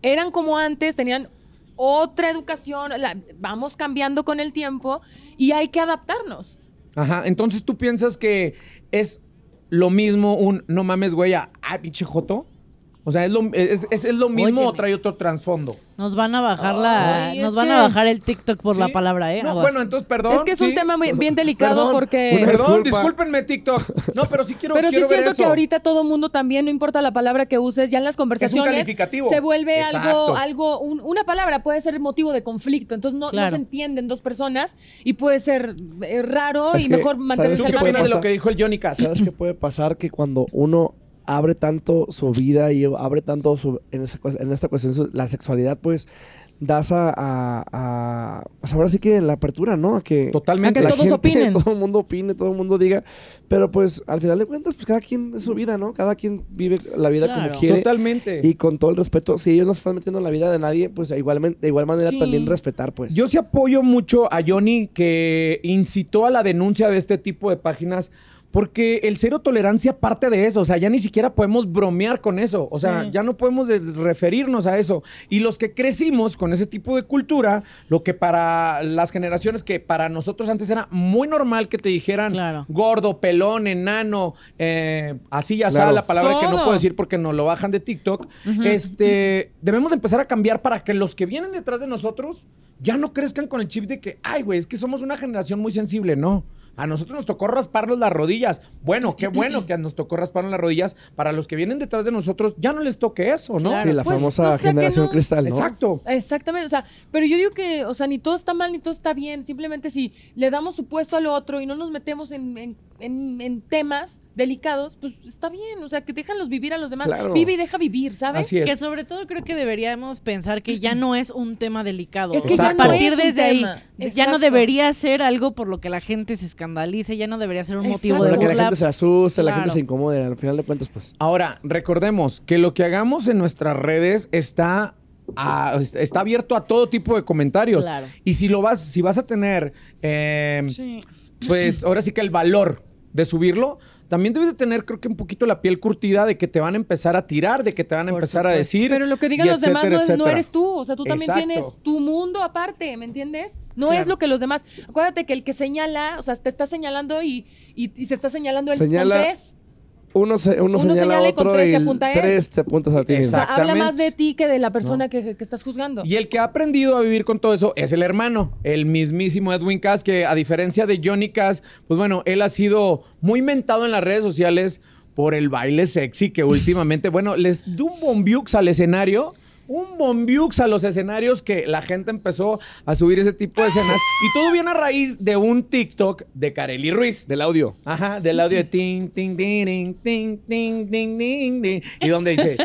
eran como antes, tenían otra educación, la- vamos cambiando con el tiempo y hay que adaptarnos. Ajá, entonces tú piensas que es lo mismo un no mames, güey, a ah, pinche Joto. O sea, es lo, es, es- es lo mismo o Óyeme. trae otro trasfondo. Nos van a bajar la, Ay, nos es van que- a bajar el TikTok por la ¿Sí? palabra, ¿eh? No, Aguas. bueno, entonces, perdón. es que es un sí. tema muy- bien delicado Perdón, porque... (laughs) una- Perdón, Disculpa. discúlpenme, TikTok. No, pero sí quiero, Pero sí quiero ver siento que eso. ahorita todo mundo también, no importa la palabra que uses, ya en las conversaciones calificativo. se vuelve Exacto. algo, algo un- una palabra puede ser motivo de conflicto, entonces no, no Claro. se entienden dos personas y puede ser eh, raro Es y que, mejor ¿sabes ¿Tú mantenerse qué al qué puede margen. opinas de lo pasar? que dijo el Johnny Cass? ¿Sabes qué puede pasar? Que cuando uno abre tanto su vida y abre tanto su, en, esa cua- en esta cuestión su- la sexualidad, pues das a... a, a- o sea, ahora sí que la apertura, ¿no? A que, Totalmente. A que la todos opinen. (laughs) Todo el mundo opine, todo el mundo diga. Pero pues al final de cuentas, pues cada quien es su vida, ¿no? Cada quien vive la vida Claro. como quiere. Totalmente. Y con todo el respeto, si ellos no se están metiendo en la vida de nadie, pues igualmente, de igual manera Sí. también respetar, pues. Yo sí apoyo mucho a Johnny que incitó a la denuncia de este tipo de páginas. Porque el cero tolerancia parte de eso, o sea, ya ni siquiera podemos bromear con eso, o sea, Sí. ya no podemos de- referirnos a eso. Y los que crecimos con ese tipo de cultura, lo que para las generaciones que para nosotros antes era muy normal que te dijeran Claro. gordo, pelón, enano, eh, así ya Claro. la palabra que no Todo. puedo decir porque nos lo bajan de TikTok. Este, debemos de empezar a cambiar para que los que vienen detrás de nosotros ya no crezcan con el chip de que, ay, güey, es que somos una generación muy sensible, no. A nosotros nos tocó rasparnos las rodillas. Bueno, qué bueno que nos tocó rasparnos las rodillas. Para los que vienen detrás de nosotros, ya no les toque eso, ¿no? Sí, la Pues, famosa o sea que generación no- cristal, ¿no? Exacto. Exactamente, o sea, pero yo digo que, o sea, ni todo está mal ni todo está bien, simplemente si le damos su puesto al otro y no nos metemos en, en- en- en temas delicados, pues está bien, o sea, que déjalos vivir a los demás, Claro. vive y deja vivir, ¿sabes? Así Que es. sobre todo creo que deberíamos pensar que ya no es un tema delicado. Es que ya a no partir es un desde tema. ahí, ya Exacto. no debería ser algo por lo que la gente se escandalice, ya no debería ser un motivo Exacto. Para de que la burla. gente se asuste, la gente Claro. se incomode, al final de cuentas, pues. Ahora, recordemos que lo que hagamos en nuestras redes está, a- está abierto a todo tipo de comentarios. Claro. Y si lo vas, si vas a tener eh, (clears throat) pues ahora sí que el valor de subirlo, también debes de tener creo que un poquito la piel curtida de que te van a empezar a tirar, de que te van a Por empezar a supuesto. decir. Pero lo que digan y los demás etcétera, no, es- no etcétera. eres tú. O sea, tú también Exacto. tienes tu mundo aparte, ¿me entiendes? No Claro. es lo que los demás. Acuérdate que el que señala, o sea, te está señalando y, y- y se está señalando el Señala- con tres. Uno, se- uno, Uno señala a señala y con otro tres y se el apunta a él. tres te apuntas a ti. O sea, Exacto. habla más Exactamente. de ti que de la persona que, que estás juzgando. Y el que ha aprendido a vivir con todo eso es el hermano, el mismísimo Edwin Cass, que a diferencia de Johnny Cass, pues bueno, él ha sido muy mentado en las redes sociales por el baile sexy que (laughs) últimamente, bueno, les dio un bombiux al escenario. Un bombiux a los escenarios que la gente empezó a subir ese tipo de escenas. Y todo viene a raíz de un TikTok de Kareli Ruiz. Del audio. Ajá, del audio de ting, ting, ting, ting, ting, ting, ting, ting. Y donde dice,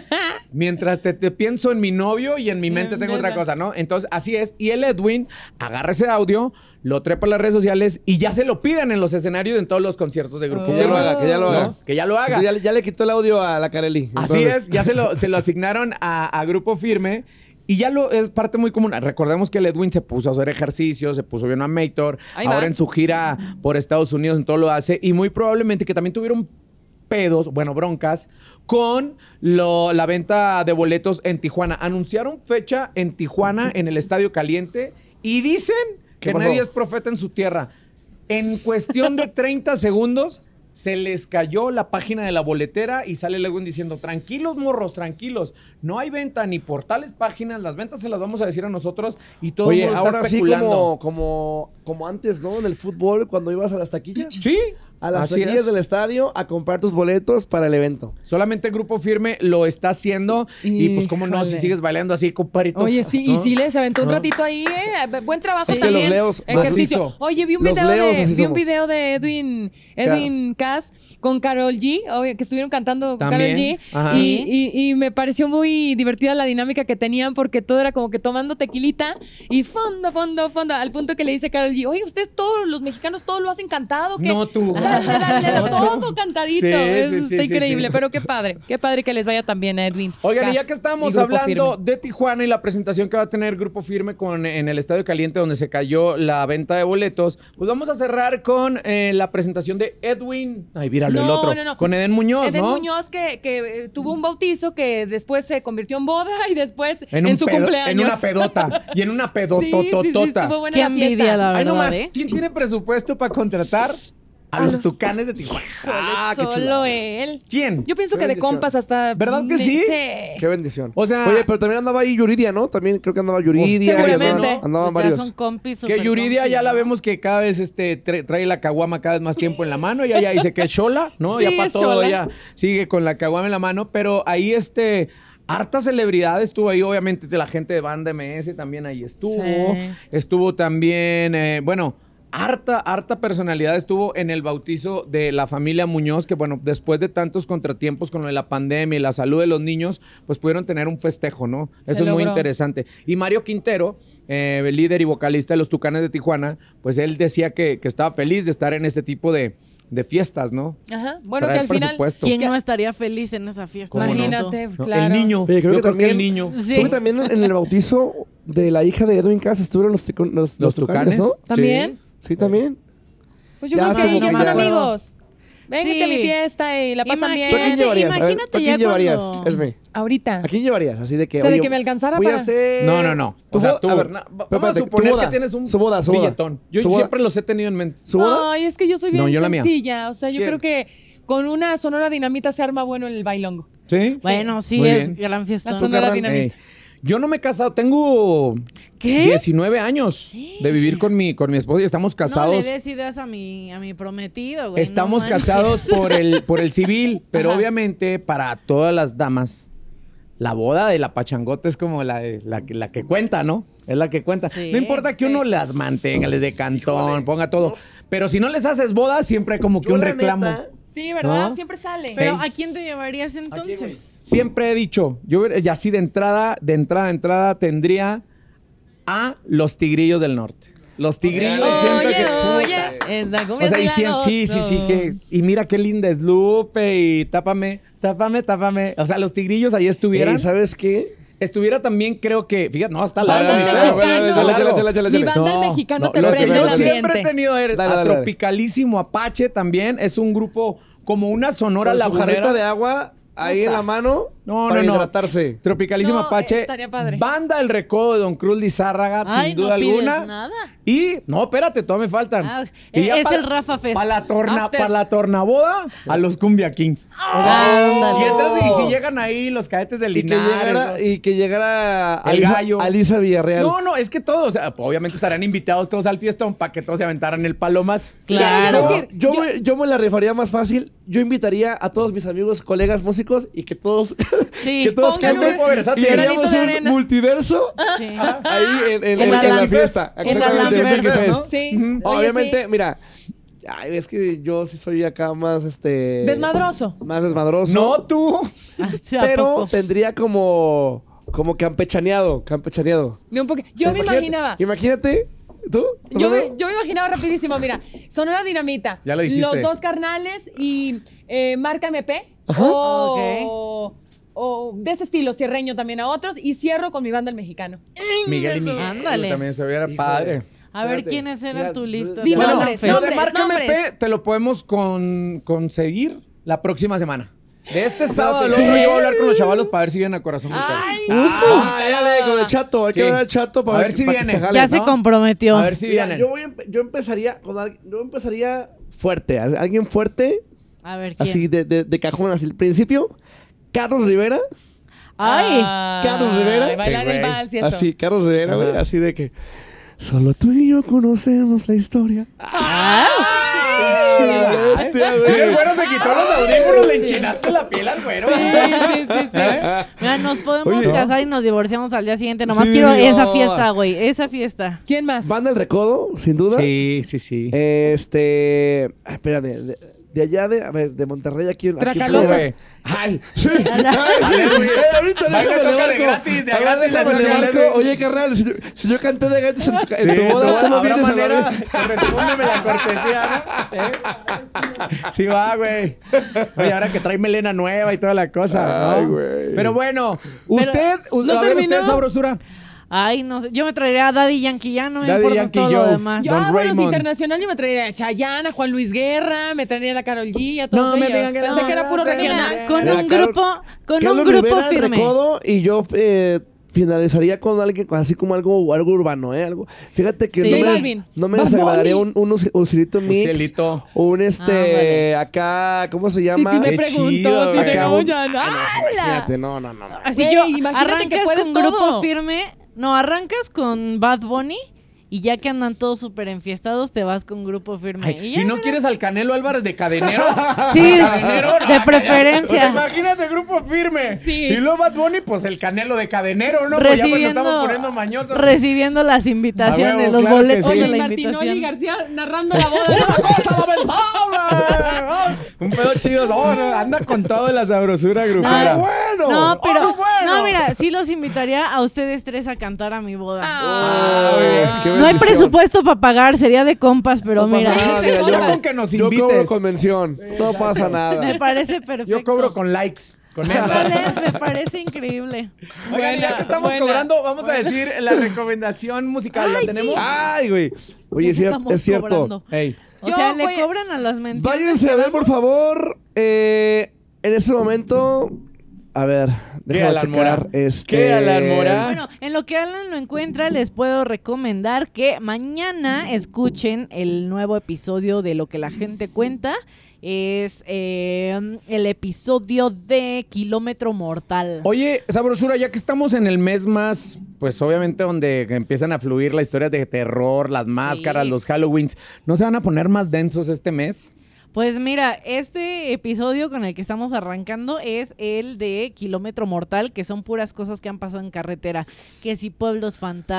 mientras te, te pienso en mi novio y en mi mente tengo otra cosa, ¿no? Entonces, así es. Y el Edwin agarra ese audio, lo trepa a las redes sociales y ya se lo piden en los escenarios y en todos los conciertos de grupo. Que ya lo haga, que ya lo ¿No? haga. Que ya lo haga. Entonces, Ya, le- ya le quitó el audio a la Carelli. Así Entonces, es, ya se lo, se lo asignaron a, a Grupo Firme. Y ya lo es parte muy común. Recordemos que el Edwin se puso a hacer ejercicio, se puso bien a Mator. Ahí va. Ahora en su gira por Estados Unidos, en todo lo hace. Y muy probablemente que también tuvieron pedos, bueno, broncas, con lo- la venta de boletos en Tijuana. Anunciaron fecha en Tijuana, en el Estadio Caliente, y dicen ¿Qué que pasó? nadie es profeta en su tierra. En cuestión (laughs) de 30 segundos, se les cayó la página de la boletera y sale Lewin diciendo, tranquilos morros, tranquilos, no hay venta ni por tales páginas, las ventas se las vamos a decir a nosotros y todo el Oye, mundo está ahora sí especulando. como, como, como antes, ¿no? En el fútbol, cuando ibas a las taquillas. Sí, a las Así taquillas es. del estadio a comprar tus boletos para el evento. Solamente el grupo firme lo está haciendo. Y pues, cómo no, Híjole. si sigues bailando así, compadrito. Oye, sí, y ¿no? sí les aventó un ratito ahí, ¿eh? Buen trabajo Es que los también. leos, Ejercicio. macizo. Oye, vi un Los video leos, de, así vi un somos. video de Edwin, Edwin Cass con Carol G, obvio, que estuvieron cantando con Carol También, G. ajá. Y, y- y me pareció muy divertida la dinámica que tenían porque todo era como que tomando tequilita y fondo, fondo, fondo. Al punto que le dice Carol G, oye, ustedes todos, los mexicanos, todos lo hacen cantado. que No (laughs) tú. (laughs) Dale, dale, dale, todo Sí, cantadito. sí, Eso sí, está sí, increíble, sí. pero qué padre. Qué padre que les vaya también a Edwin. Oigan, y ya Cass que y estamos Grupo hablando Firme. de Tijuana y la presentación que va a tener Grupo Firme con, en el Estadio Caliente, donde se cayó la venta de boletos, pues vamos a cerrar con eh, la presentación de Edwin. Ay, míralo, el No, otro. no, no. Con Eden Muñoz, Eden ¿no? Muñoz que, que, eh, tuvo un bautizo que después se convirtió en boda y después en, un su pedo- cumpleaños. En una pedota. y en una (laughs) Sí, sí, sí, pedotototota. estuvo buena Qué la envidia, fiesta. la Ay, verdad, nomás, ¿eh? ¿quién tiene presupuesto para contratar a, los tucanes de Tijuana? Ah, qué Solo chulada. él. ¿Quién? Yo pienso Qué que de bendición. compas hasta. ¿Verdad que sí? Qué bendición. O sea- Pues, Oye, pero también andaba ahí Yuridia, ¿no? También creo que andaba Yuridia. y seguramente. andaban- Andaban Pues ya varios. son compis. Que super Yuridia compis, ya la ¿no? vemos que cada vez este, tra- trae la caguama cada vez más tiempo en la mano. Ella ya dice que es chola, ¿no? Sí, ya para es todo, chola. ella sigue con la caguama en la mano. Pero ahí, este, harta celebridad estuvo ahí. Obviamente, la gente de Banda MS también ahí estuvo. Sí. Estuvo también, eh, bueno. Harta, harta personalidad estuvo en el bautizo de la familia Muñoz, que bueno, después de tantos contratiempos con lo de la pandemia y la salud de los niños, pues pudieron tener un festejo, ¿no? Se Eso es muy logró. interesante interesante. Y Mario Quintero, eh, el líder y vocalista de los Tucanes de Tijuana, pues él decía que, que estaba feliz de estar en este tipo de, de fiestas, ¿no? Ajá. Bueno, Traer que al final. presupuesto. ¿Quién no estaría feliz en esa fiesta? ¿Cómo no? Imagínate, ¿No? claro. El niño. Oye, creo Yo que también- el niño. Sí. Creo que también en el bautizo de la hija de Edwin Cass estuvieron los, tuc- los, los Los tucanes, Tucanes. ¿no? ¿También? Sí, también. Pues yo Ya creo que hace ahí como ya que son ya- amigos. Véngate a Sí. mi fiesta y la pasan Imagínate. ¿Tú a quién bien. llevarías? A ver, imagínate ¿tú a ya quién llevarías? cuando- Esme, Ahorita. ¿A quién llevarías? Así de que. O sea, de oye, que me alcanzara voy para- A hacer... No, no, no. O Tu sea, bo- tú. a ver, na- va- pero vamos a espérate, tu suponer que boda. tienes un Su boda, su boda. billetón. Yo Su boda. siempre los he tenido en mente. ¿Su boda? Ay, es que yo soy bien No, yo la mía. sencilla. O sea, yo ¿Quién? creo que con una sonora dinamita se arma bueno el bailongo. Sí. Bueno, sí, Muy es bien. gran fiesta. La sonora carnal, dinamita. Ey, Yo no me he casado, tengo ¿Qué? 19 años de vivir con mi, con mi esposa y estamos No le casados. des ideas a mi, a mi prometido, güey. Estamos Pues no manches. casados (laughs) por el, por el civil, pero obviamente para todas las damas, la boda de la pachangota es como la, de- la, que- la que cuenta, ¿no? Es la que cuenta. Sí, no importa que sí. uno las mantenga, les dé cantón, ponga todo. Pero si no les haces boda, siempre hay como que un reclamo. Sí, ¿verdad? ¿No? Siempre sale. Pero Ey. ¿a quién te llevarías entonces? Siempre he dicho, yo hubiera- y así de entrada, de entrada, de entrada, tendría a los tigrillos del norte. Los tigrillos siempre Oye, que- oye, es la cumbia O sea, y de la siempre, sí, sí, Loto. sí, que, y mira qué linda es Lupe y tápame, tápame, tápame. O sea, los tigrillos ahí estuvieran. Ey, Eh, ¿Sabes qué? estuviera también, creo que, fíjate, no, hasta Banda Dale, del dale, la... dale, dale, dale, Mexicano. dale, dale, dale, Mi dale. banda el mexicano te los que prende el yo ambiente. siempre he tenido era Dale, a dale, dale. Tropicalísimo, Apache también, es un grupo como una sonora Con la su jarrita hojareta de agua ahí en la mano No, para no, no. hidratarse. Tropicalísimo No, Apache. estaría padre. Banda El Recodo de Don Cruz Lizárraga, Ay, sin no duda pides alguna. nada. Y, no, espérate, todavía me faltan. Ah, Y ya es pa- el Rafa Fest. Para la, torna, After. pa' la tornaboda, a los Cumbia Kings. O sea, Ándale. y entras y si llegan ahí los cadetes del Oh. Y que Linares. llegara, ¿no? y que llegara El Alisa- gallo. Alisa Villarreal. No, no, es que todos, o sea, obviamente estarán invitados todos al fiestón para que todos se aventaran el palomas. Quiero yo Claro. decir, yo, me, yo me la rifaría más fácil. Yo invitaría a todos mis amigos, colegas, músicos y que todos, (laughs) Sí. que todos Pongan canten. un- Y un haríamos granito de un arena. multiverso (laughs) Sí. ahí en, en- Ah. En en- la en la Land fiesta. Fest. En la Exactamente. Land Multifest. Fest, ¿no? Sí. Ujú. Oye, Obviamente, sí. mira. ay, es que yo sí soy acá más este. Desmadroso. Más desmadroso. No, tú. Ah, sí, ¿a pero poco? tendría como. Como campechaneado. Campechaneado. de un poqu- O sea, Yo me imagínate- imaginaba. Imagínate. ¿Tú? Yo me, Romeo? yo me imaginaba rapidísimo, mira, Sonora Dinamita, Ya lo dijiste. los dos carnales y eh, Marca MP o, o de ese estilo, cierreño también a otros y cierro con mi banda el mexicano. Miguel y Miguel. Ándale. También se hubiera Híjole. padre. A ver Espérate. quiénes Mira, eran tu lista. di de la nombres, Fest. lo de nombres. Marca MP nombres. te lo podemos con- conseguir la próxima semana. De este sábado al otro ¿Qué? yo voy a hablar con los chavalos para ver si vienen a corazón. Musical. Ah, ya le con el chato. Hay Sí. que ver al chato para A ver, ver si para que viene. se jale, Ya ¿no? se comprometió. A ver si Mira, vienen. yo, voy a empe- yo empezaría con alguien. Yo empezaría fuerte. al- Alguien fuerte. A ver quién. Así de, de, de cajón, así al principio. Carlos Rivera. Ay. Ah, Carlos Rivera. Ay, Bailar Qué el güey. vals y eso. Así, Carlos Rivera, güey. Ajá. Así de que. Solo tú y yo conocemos la historia. Ah, Chingada, bestia, Y el güey. güero se quitó los audífonos, le enchinaste la piel al güero. Sí, sí, sí. ¿Eh? Mira, nos podemos Oye. casar y nos divorciamos al día siguiente. Nomás Sí, quiero no. Oh. esa fiesta, güey. Esa fiesta. ¿Quién más? Banda El Recodo, sin duda. Sí, sí, sí. Este. Ay, espérame. De, de allá de. A ver, de Monterrey aquí. aquí Tracalosa. fuera. Ay, sí. Ay, sí. Eh, ahorita Baila, déjame toca le de marco. gratis, de A ver, gratis, déjame de le gratis. marco. Oye, carnal, si yo, si yo canté de gratis en tu, en tu boda, ¿cómo ¿Habrá vienes a la manera? vez? (laughs) Respóndeme la cortesía, ¿no? ¿Eh? Sí va, güey. Oye, ahora que trae melena nueva y toda la cosa, Ay, ¿no? güey. Pero bueno, usted... ¿no usted a ver, usted, terminó? sabrosura. Ay, no sé. Yo me traería a Daddy Yankee ya, no me Daddy importa Yankee todo lo Joe. demás. Yo, Don ah, bueno, si Raymond. internacional, yo me traería a Chayanne, a Juan Luis Guerra, me traería a la Carol G, a todos No me ellos. digan que Pensé no, que era no puro sé. regional. Con Mira, un Carol- grupo, con Carlos un grupo Rivera, El firme. Recodo, y yo eh, finalizaría con alguien así como algo, algo urbano, ¿eh? Algo. Fíjate que Sí. no J me, Balvin. no me Bad desagradaría Bunny. un, un us- usilito mix. Usilito. Un Ah, este. Acá, ¿cómo se llama? Titi me Qué preguntó chido, si güey. te Acá un- Goyan. ¡Hala! Fíjate, no, no, no. no. Así Güey, yo, imagínate que arrancas puedes con grupo todo. firme. No, arrancas con Bad Bunny y ya que andan todos súper enfiestados, te vas con grupo firme. Ay, ya. ¿Y no quieres al Canelo Álvarez de (laughs) cadenero? Sí, ¿De de cadenero? No, preferencia. o sea, imagínate, grupo firme. Sí. Y luego Bad Bunny, pues el Canelo de cadenero, ¿no? Pues ya pues, nos recibiendo, estamos poniendo mañosos. recibiendo las A invitaciones, huevo, los claro que boletos sí. de Oye, la y Martinoli invitación. García narrando la boda. (laughs) ¡Una cosa lamentable! Un pedo chido. No, no, anda con todo de la sabrosura grupera. Ay, bueno! No, pero ¡Ah, bueno! no, mira, sí los invitaría a ustedes tres a cantar a mi boda. Ah, muy bien, qué no hay bendición. presupuesto para pagar, sería de compas, pero No pasa mira, nada, mira, yo- yo, con que nos yo cobro invites. convención. No pasa (laughs) me nada. parece perfecto. Yo cobro con likes. Con eso. Ándale, me parece increíble. Oigan, ya que estamos buena, cobrando, vamos a decir la recomendación musical. ¿La tenemos? (laughs) Ah. Ay, güey. Oye, es cier- Estamos es cierto. cobrando. Ey. O Yo sea, le voy a- cobran a las menciones. Váyanse a ver, por favor. eh, en ese momento. A ver, déjame Alan Mora? checar. ¿Qué, Este... Alan Mora? Bueno, en lo que Alan lo encuentra, les puedo recomendar que mañana escuchen el nuevo episodio de Lo que la gente cuenta. Es eh, el episodio de Kilómetro Mortal. Oye, Sabrosura, ya que estamos en el mes más, pues obviamente donde empiezan a fluir las historias de terror, las máscaras, los Halloweens, ¿no se van a poner más densos este mes? Pues mira, este episodio con el que estamos arrancando es el de Kilómetro Mortal, que son puras cosas que han pasado en carretera. Que si pueblos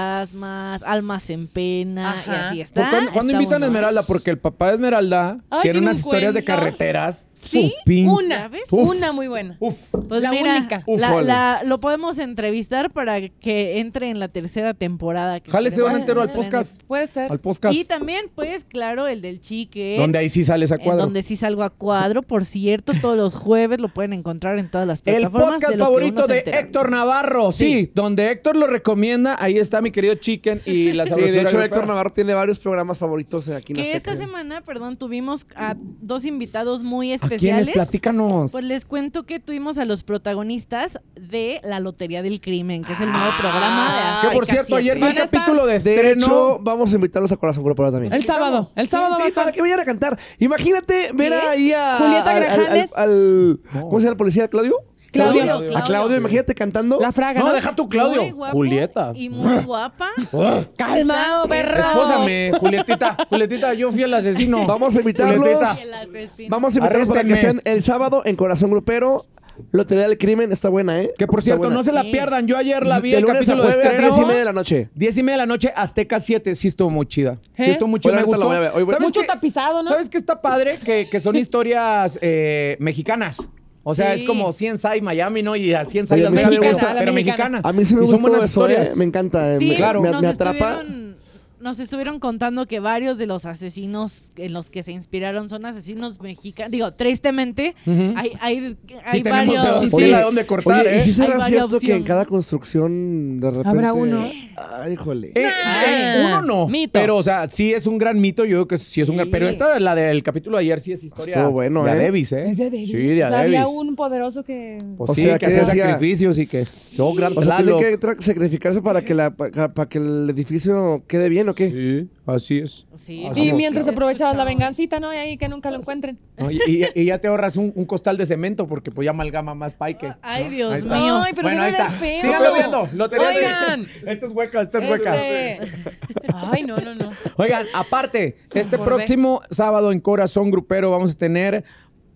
fantasmas, almas en pena, y Ajá. así está. ¿Cu- ¿Cuándo, cuándo Está invitan a bueno. Esmeralda? Porque el papá de Esmeralda Ay, tiene tiene unas un historias de cuento. carreteras. Sí, Su pin- Una, ¿Sabes? Uf. una muy buena. Uf. Pues La mira, única. la- Ufale. la- lo podemos entrevistar para que entre en la tercera temporada. que Jálese queremos un entero al tener en podcast. Puede ser. Al podcast. Y también, pues, claro, el del chique. Donde ahí sí sales a en cuadro. donde sí salgo a cuadro, por cierto, todos los jueves lo pueden encontrar en todas las El plataformas. podcast de lo que uno favorito se de entera. Héctor Navarro. Sí. donde Héctor lo recomienda. Ahí está mi querido Chicken y la Sí, sabrosura. de hecho, grupera. Héctor Navarro tiene varios programas favoritos eh, aquí en Que Azteca. esta semana, perdón, tuvimos a dos invitados muy ¿A quiénes? especiales. Platícanos. Pues les cuento que tuvimos a los protagonistas de La Lotería del Crimen, que es el nuevo programa de que Azteca por cierto, ayer vi siete. el Van a estar- capítulo Ah, de De estreno. hecho, vamos a invitarlos a Corazón Grupero también. El sábado. El sábado Sí, va a para estar. que vayan a cantar. Imagínate ver ahí a. Julieta al- al- Grajales. Al, al- ¿Cómo se llama el policía? ¿Claudio? Claudio, A Claudio, imagínate cantando. La fraga. No, deja tu Claudio. Muy guapo Julieta. Y muy guapa. Calmado, perro. ¡Ah! Espósame, Julietita. Julietita, yo fui el asesino. (laughs) Vamos a invitarlos. Julietita. El asesino. Vamos a invitarlos para que Arréstenme. estén el sábado en Corazón Grupero. Lotería del Crimen está buena, ¿eh? Que por Está cierto, buena. no se la Sí. pierdan. Yo ayer la vi de el lunes capítulo a de jueves, estreno. diez y media de la noche. 10 y media de la noche, Azteca 7. Sí estuvo muy chida. Sí ¿Eh? estuvo muy chida. Bueno, me ahorita la gustó. voy a ver. Hoy voy- ¿Sabes Mucho qué? tapizado, ¿no? ¿Sabes qué está padre? Que, que son historias eh, mexicanas. O sea, Sí. es como CSI Miami, ¿no? Y a CSI Oye, Las a mí sí Vegas, me pero- gusta. pero La mexicana. mexicana. A mí se me Y son gustó buenas eso, ¿eh? historias. Me encanta. eh, Sí, me, claro. me- nos me atrapa. estuvieron- Nos estuvieron contando que varios de los asesinos en los que se inspiraron son asesinos mexicanos. Digo, tristemente, hay, hay, hay tenemos varios. de dónde- sí, Oye, tela de dónde cortar, oye, ¿eh? ¿Y si Hay será varias cierto que en opciones. cada construcción de repente. Habrá uno, ¿eh? Ay, híjole. Eh, eh, uno no. mito. Pero, o sea, sí es un gran mito. Yo creo que sí es un gran. Sí. Pero esta, la del capítulo de ayer, sí es historia. Estuvo bueno, de ¿eh? a Davis, ¿eh? Es de David. Sí, de a O sea, había Davis. un poderoso que. Pues O sí, sea, que ¿qué hacía decía? sacrificios y que. Yo, gran O sea, tlaloc. tiene que tra- sacrificarse para que, la, para, para que el edificio quede bien, ¿o qué? Sí. Así es. Sí, Ah, sí, sí, Y sí, mientras sí, aprovechabas la escuchaba. vengancita, ¿no? Y ahí que nunca lo encuentren. ¿no? Y, y- y ya te ahorras un, un costal de cemento porque pues ya amalgama más Pike. Ay, Dios Ahí está. mío. Ay, pero bueno, qué ahí está. huele feo. Síganlo viendo. Lotería de- Oigan. (laughs) Esta es hueca, esta es hueca. Este... Ay, no, no, no. Oigan, aparte, este Por próximo sábado en Corazón Grupero vamos a tener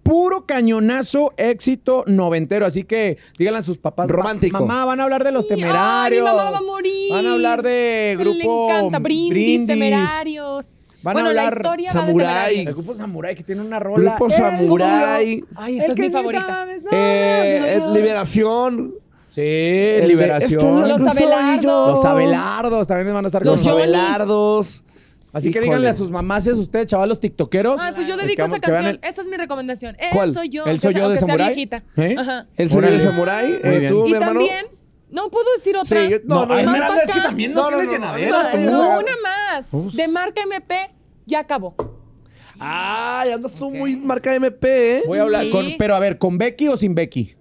puro cañonazo éxito noventero. Así que díganle a sus papás. "Pa- Romántico. Mamá, van a hablar de los Sí, ay, mi temerarios. mamá va a morir. Van a hablar de Se grupo. Le encanta. Brindis, Brindis. temerarios. Van a bueno, hablar la historia Samurai. va de El temerarios. grupo Samurai que tiene una rola. Grupo El Samurai. duro. Ay, esa El es, que mi sí favorita. sabes, Eh, soy Eh, yo. liberación. sí, El de- Eh, Liberación. Los Este blanco soy Abelardos. yo. Los Abelardos también van a estar Los con Los Johnnies. nosotros. Abelardos. Así que Híjole. díganle a sus mamás y a ustedes, chavalos tiktokeros. Ay, pues yo que dedico vamos- esa que vean canción. el- Esa es mi recomendación. Él ¿Cuál? soy yo. ¿El aunque soy sea- yo de aunque sea Samurai? viejita. ¿Eh? Ajá. El señor Órale. del samurái. Muy Eh, bien. tú, ¿Tú, mi Y hermano. también, no puedo decir otra. Sí, yo- No, no, no, ay, no. más Esmeralda, pa' es que acá. también no, No, no, tienes no, no. llenadera. No, tú. No, Esa- una más. De marca MP, ya acabó. Ay, andas tú muy marca MP, ¿eh? Voy a hablar Sí. con, pero a ver, ¿con Becky o sin Becky?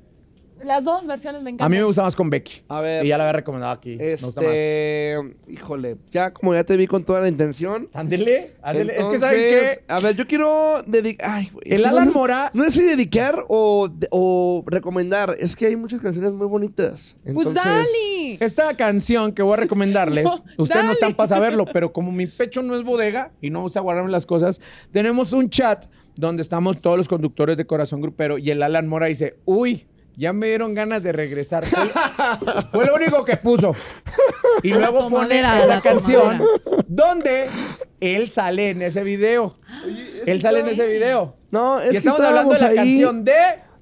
Las dos versiones me encantan. A mí me gusta más con Becky. A ver. Y ya la había recomendado aquí. Me gusta más. Este, híjole, ya como ya te vi con toda la intención. Ándele, ándele. es que entonces, saben que A ver, yo quiero dedicar. Ay, güey, El es que Alan no sé- Mora- No sé si dedicar o, de- o recomendar. Es que hay muchas canciones muy bonitas. Pues Entonces, dale. esta canción que voy a (laughs) recomendarles, No, ustedes no dale. están para saberlo, pero como mi pecho no es bodega y no me gusta guardarme las cosas, tenemos un chat donde estamos todos los conductores de Corazón Grupero y el Alan Mora dice, uy. Ya me dieron ganas de regresar. (laughs) Fue, fue lo único que puso. Y A la luego pone tomadera, a esa la canción tomadera. donde él sale en ese video. Él sale en ese video. No, es y que estamos hablando de la estábamos ahí. canción de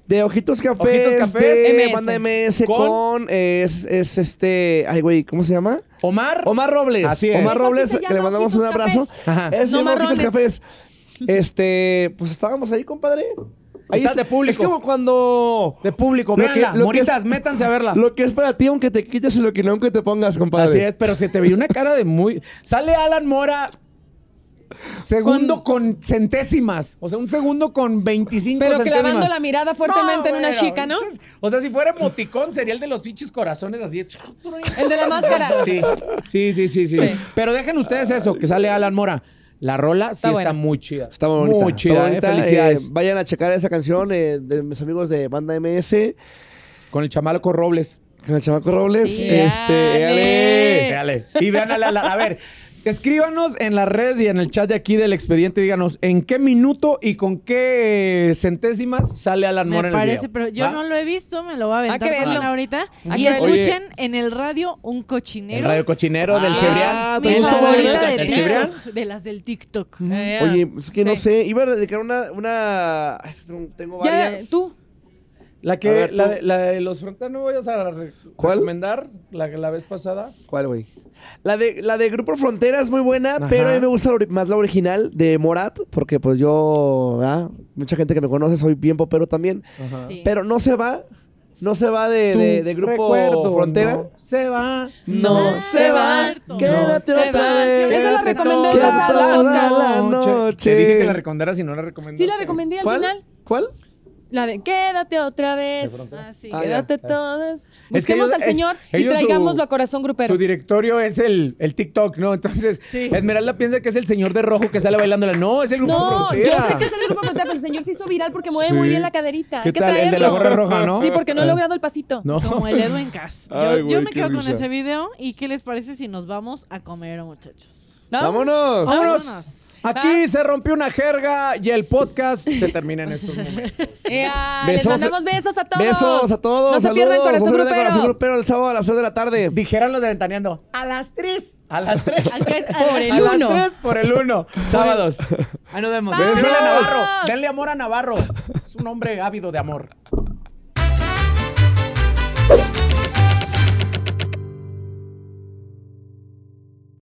De Ojitos Cafés, Ojitos Cafés, de MS. Banda MS Con- con, eh, es, es este, ay güey, ¿cómo se llama? Omar. Omar Robles. Así es. Omar Robles, Así se que llama, le mandamos un Ojitos abrazo. Cafés. Ajá. Es No de Ojitos marrones. Cafés. Este, pues estábamos ahí, compadre. Ahí Estás está- de público. Es como cuando De público, Lo véanla. que- lo que Moritas, es- métanse a verla. lo que es para ti, aunque te quites y lo que no, aunque te pongas, compadre. Así es, pero se te veía una cara de muy. Sale Alan Mora. Segundo con, centésimas. O sea, un segundo con 25 Pero centésimas. clavando la mirada fuertemente en No, una bueno, chica, ¿no? chis- O sea, si fuera emoticón, sería el de los pinches corazones así. El de la máscara. Sí, sí, sí, sí, sí. Sí. Pero dejen ustedes eso, que sale Alan Mora. La rola sí Está está buena. muy chida. Está muy bonita. Muy está chida, bonita. eh, Eh, felicidades. vayan a checar esa canción eh, de mis amigos de Banda MS, Con el chamalaco Robles. con el chamaco Robles. Sí, este, dale. éale. Véale. Y vean a la, la- A ver, escríbanos en las redes y en el chat de aquí del expediente. Díganos en qué minuto y con qué centésimas sale Alan Me Mora en el parece, video. pero yo ¿Va? no lo he visto, me lo voy a Hay aventar que verlo. también ahorita. Hay Y que verlo. escuchen en el radio un cochinero. El radio cochinero del Ah, Cebrián. ¿te Mi gusta favorita Verónica? de, ¿Del Cebrián? TikTok, de las del TikTok. Eh, Oye, es que no sí. sé, iba a dedicar una, una, ay, tengo Ya, varias. tú. La que A ver, la, tú. de, la de los fronteras no voy a re- ¿Cuál? recomendar, la que la vez pasada. ¿Cuál, güey? La de, la de Grupo Frontera es muy buena, pero a mí me gusta la ori- más la original de Morat, porque pues yo, ¿verdad? mucha gente que me conoce, soy bien popero también. Sí. Pero no se va, no se va de, de- de Grupo Frontera. no se va. No se va, Cierto. quédate No se otra va. vez. Esa la recomendé el toda pasado podcast. la Te noche. dije que la recomendaras y no la recomendaste. Sí, la recomendé al ¿Cuál? final. ¿Cuál? La de quédate otra vez. Ah, sí. Ah, Quédate todas. Busquemos Es que ellos- al es- Señor y ellos su- traigámoslo a corazón grupero. Su directorio es el, el TikTok, ¿no? Entonces, Esmeralda piensa que es el señor de rojo que sale bailándola. No, es el grupo No, yo Frontera. sé que es el grupo frontera, pero el señor se hizo viral porque mueve Sí. muy bien la caderita. ¿Qué Hay que tal? El de la traerlo. gorra roja, ¿no? Eh. Sí, porque no he logrado el pasito. No. Como el Edwin Cass. Yo, Ay, yo güey, me qué quedo con risa. ese video. ¿Y qué les parece si nos vamos a comer, muchachos? ¿No? Vámonos. ¡Vámonos! Vámonos. Aquí se rompió una jerga y el podcast (laughs) se termina en estos momentos. Ea, Besos. Les mandamos besos a todos. Besos a todos. No se pierdan saludos, corazón no se pierdan grupero. Corazón Grupero el sábado a las 6 de la tarde. Dijeron los de Ventaneando, a las 3. A las (laughs) 3. Acá es- Por el a las uno. 3 por el 1. (laughs) Sábados. Ahí nos vemos. Besos. Denle a Navarro. Denle amor a Navarro. Es un hombre ávido de amor.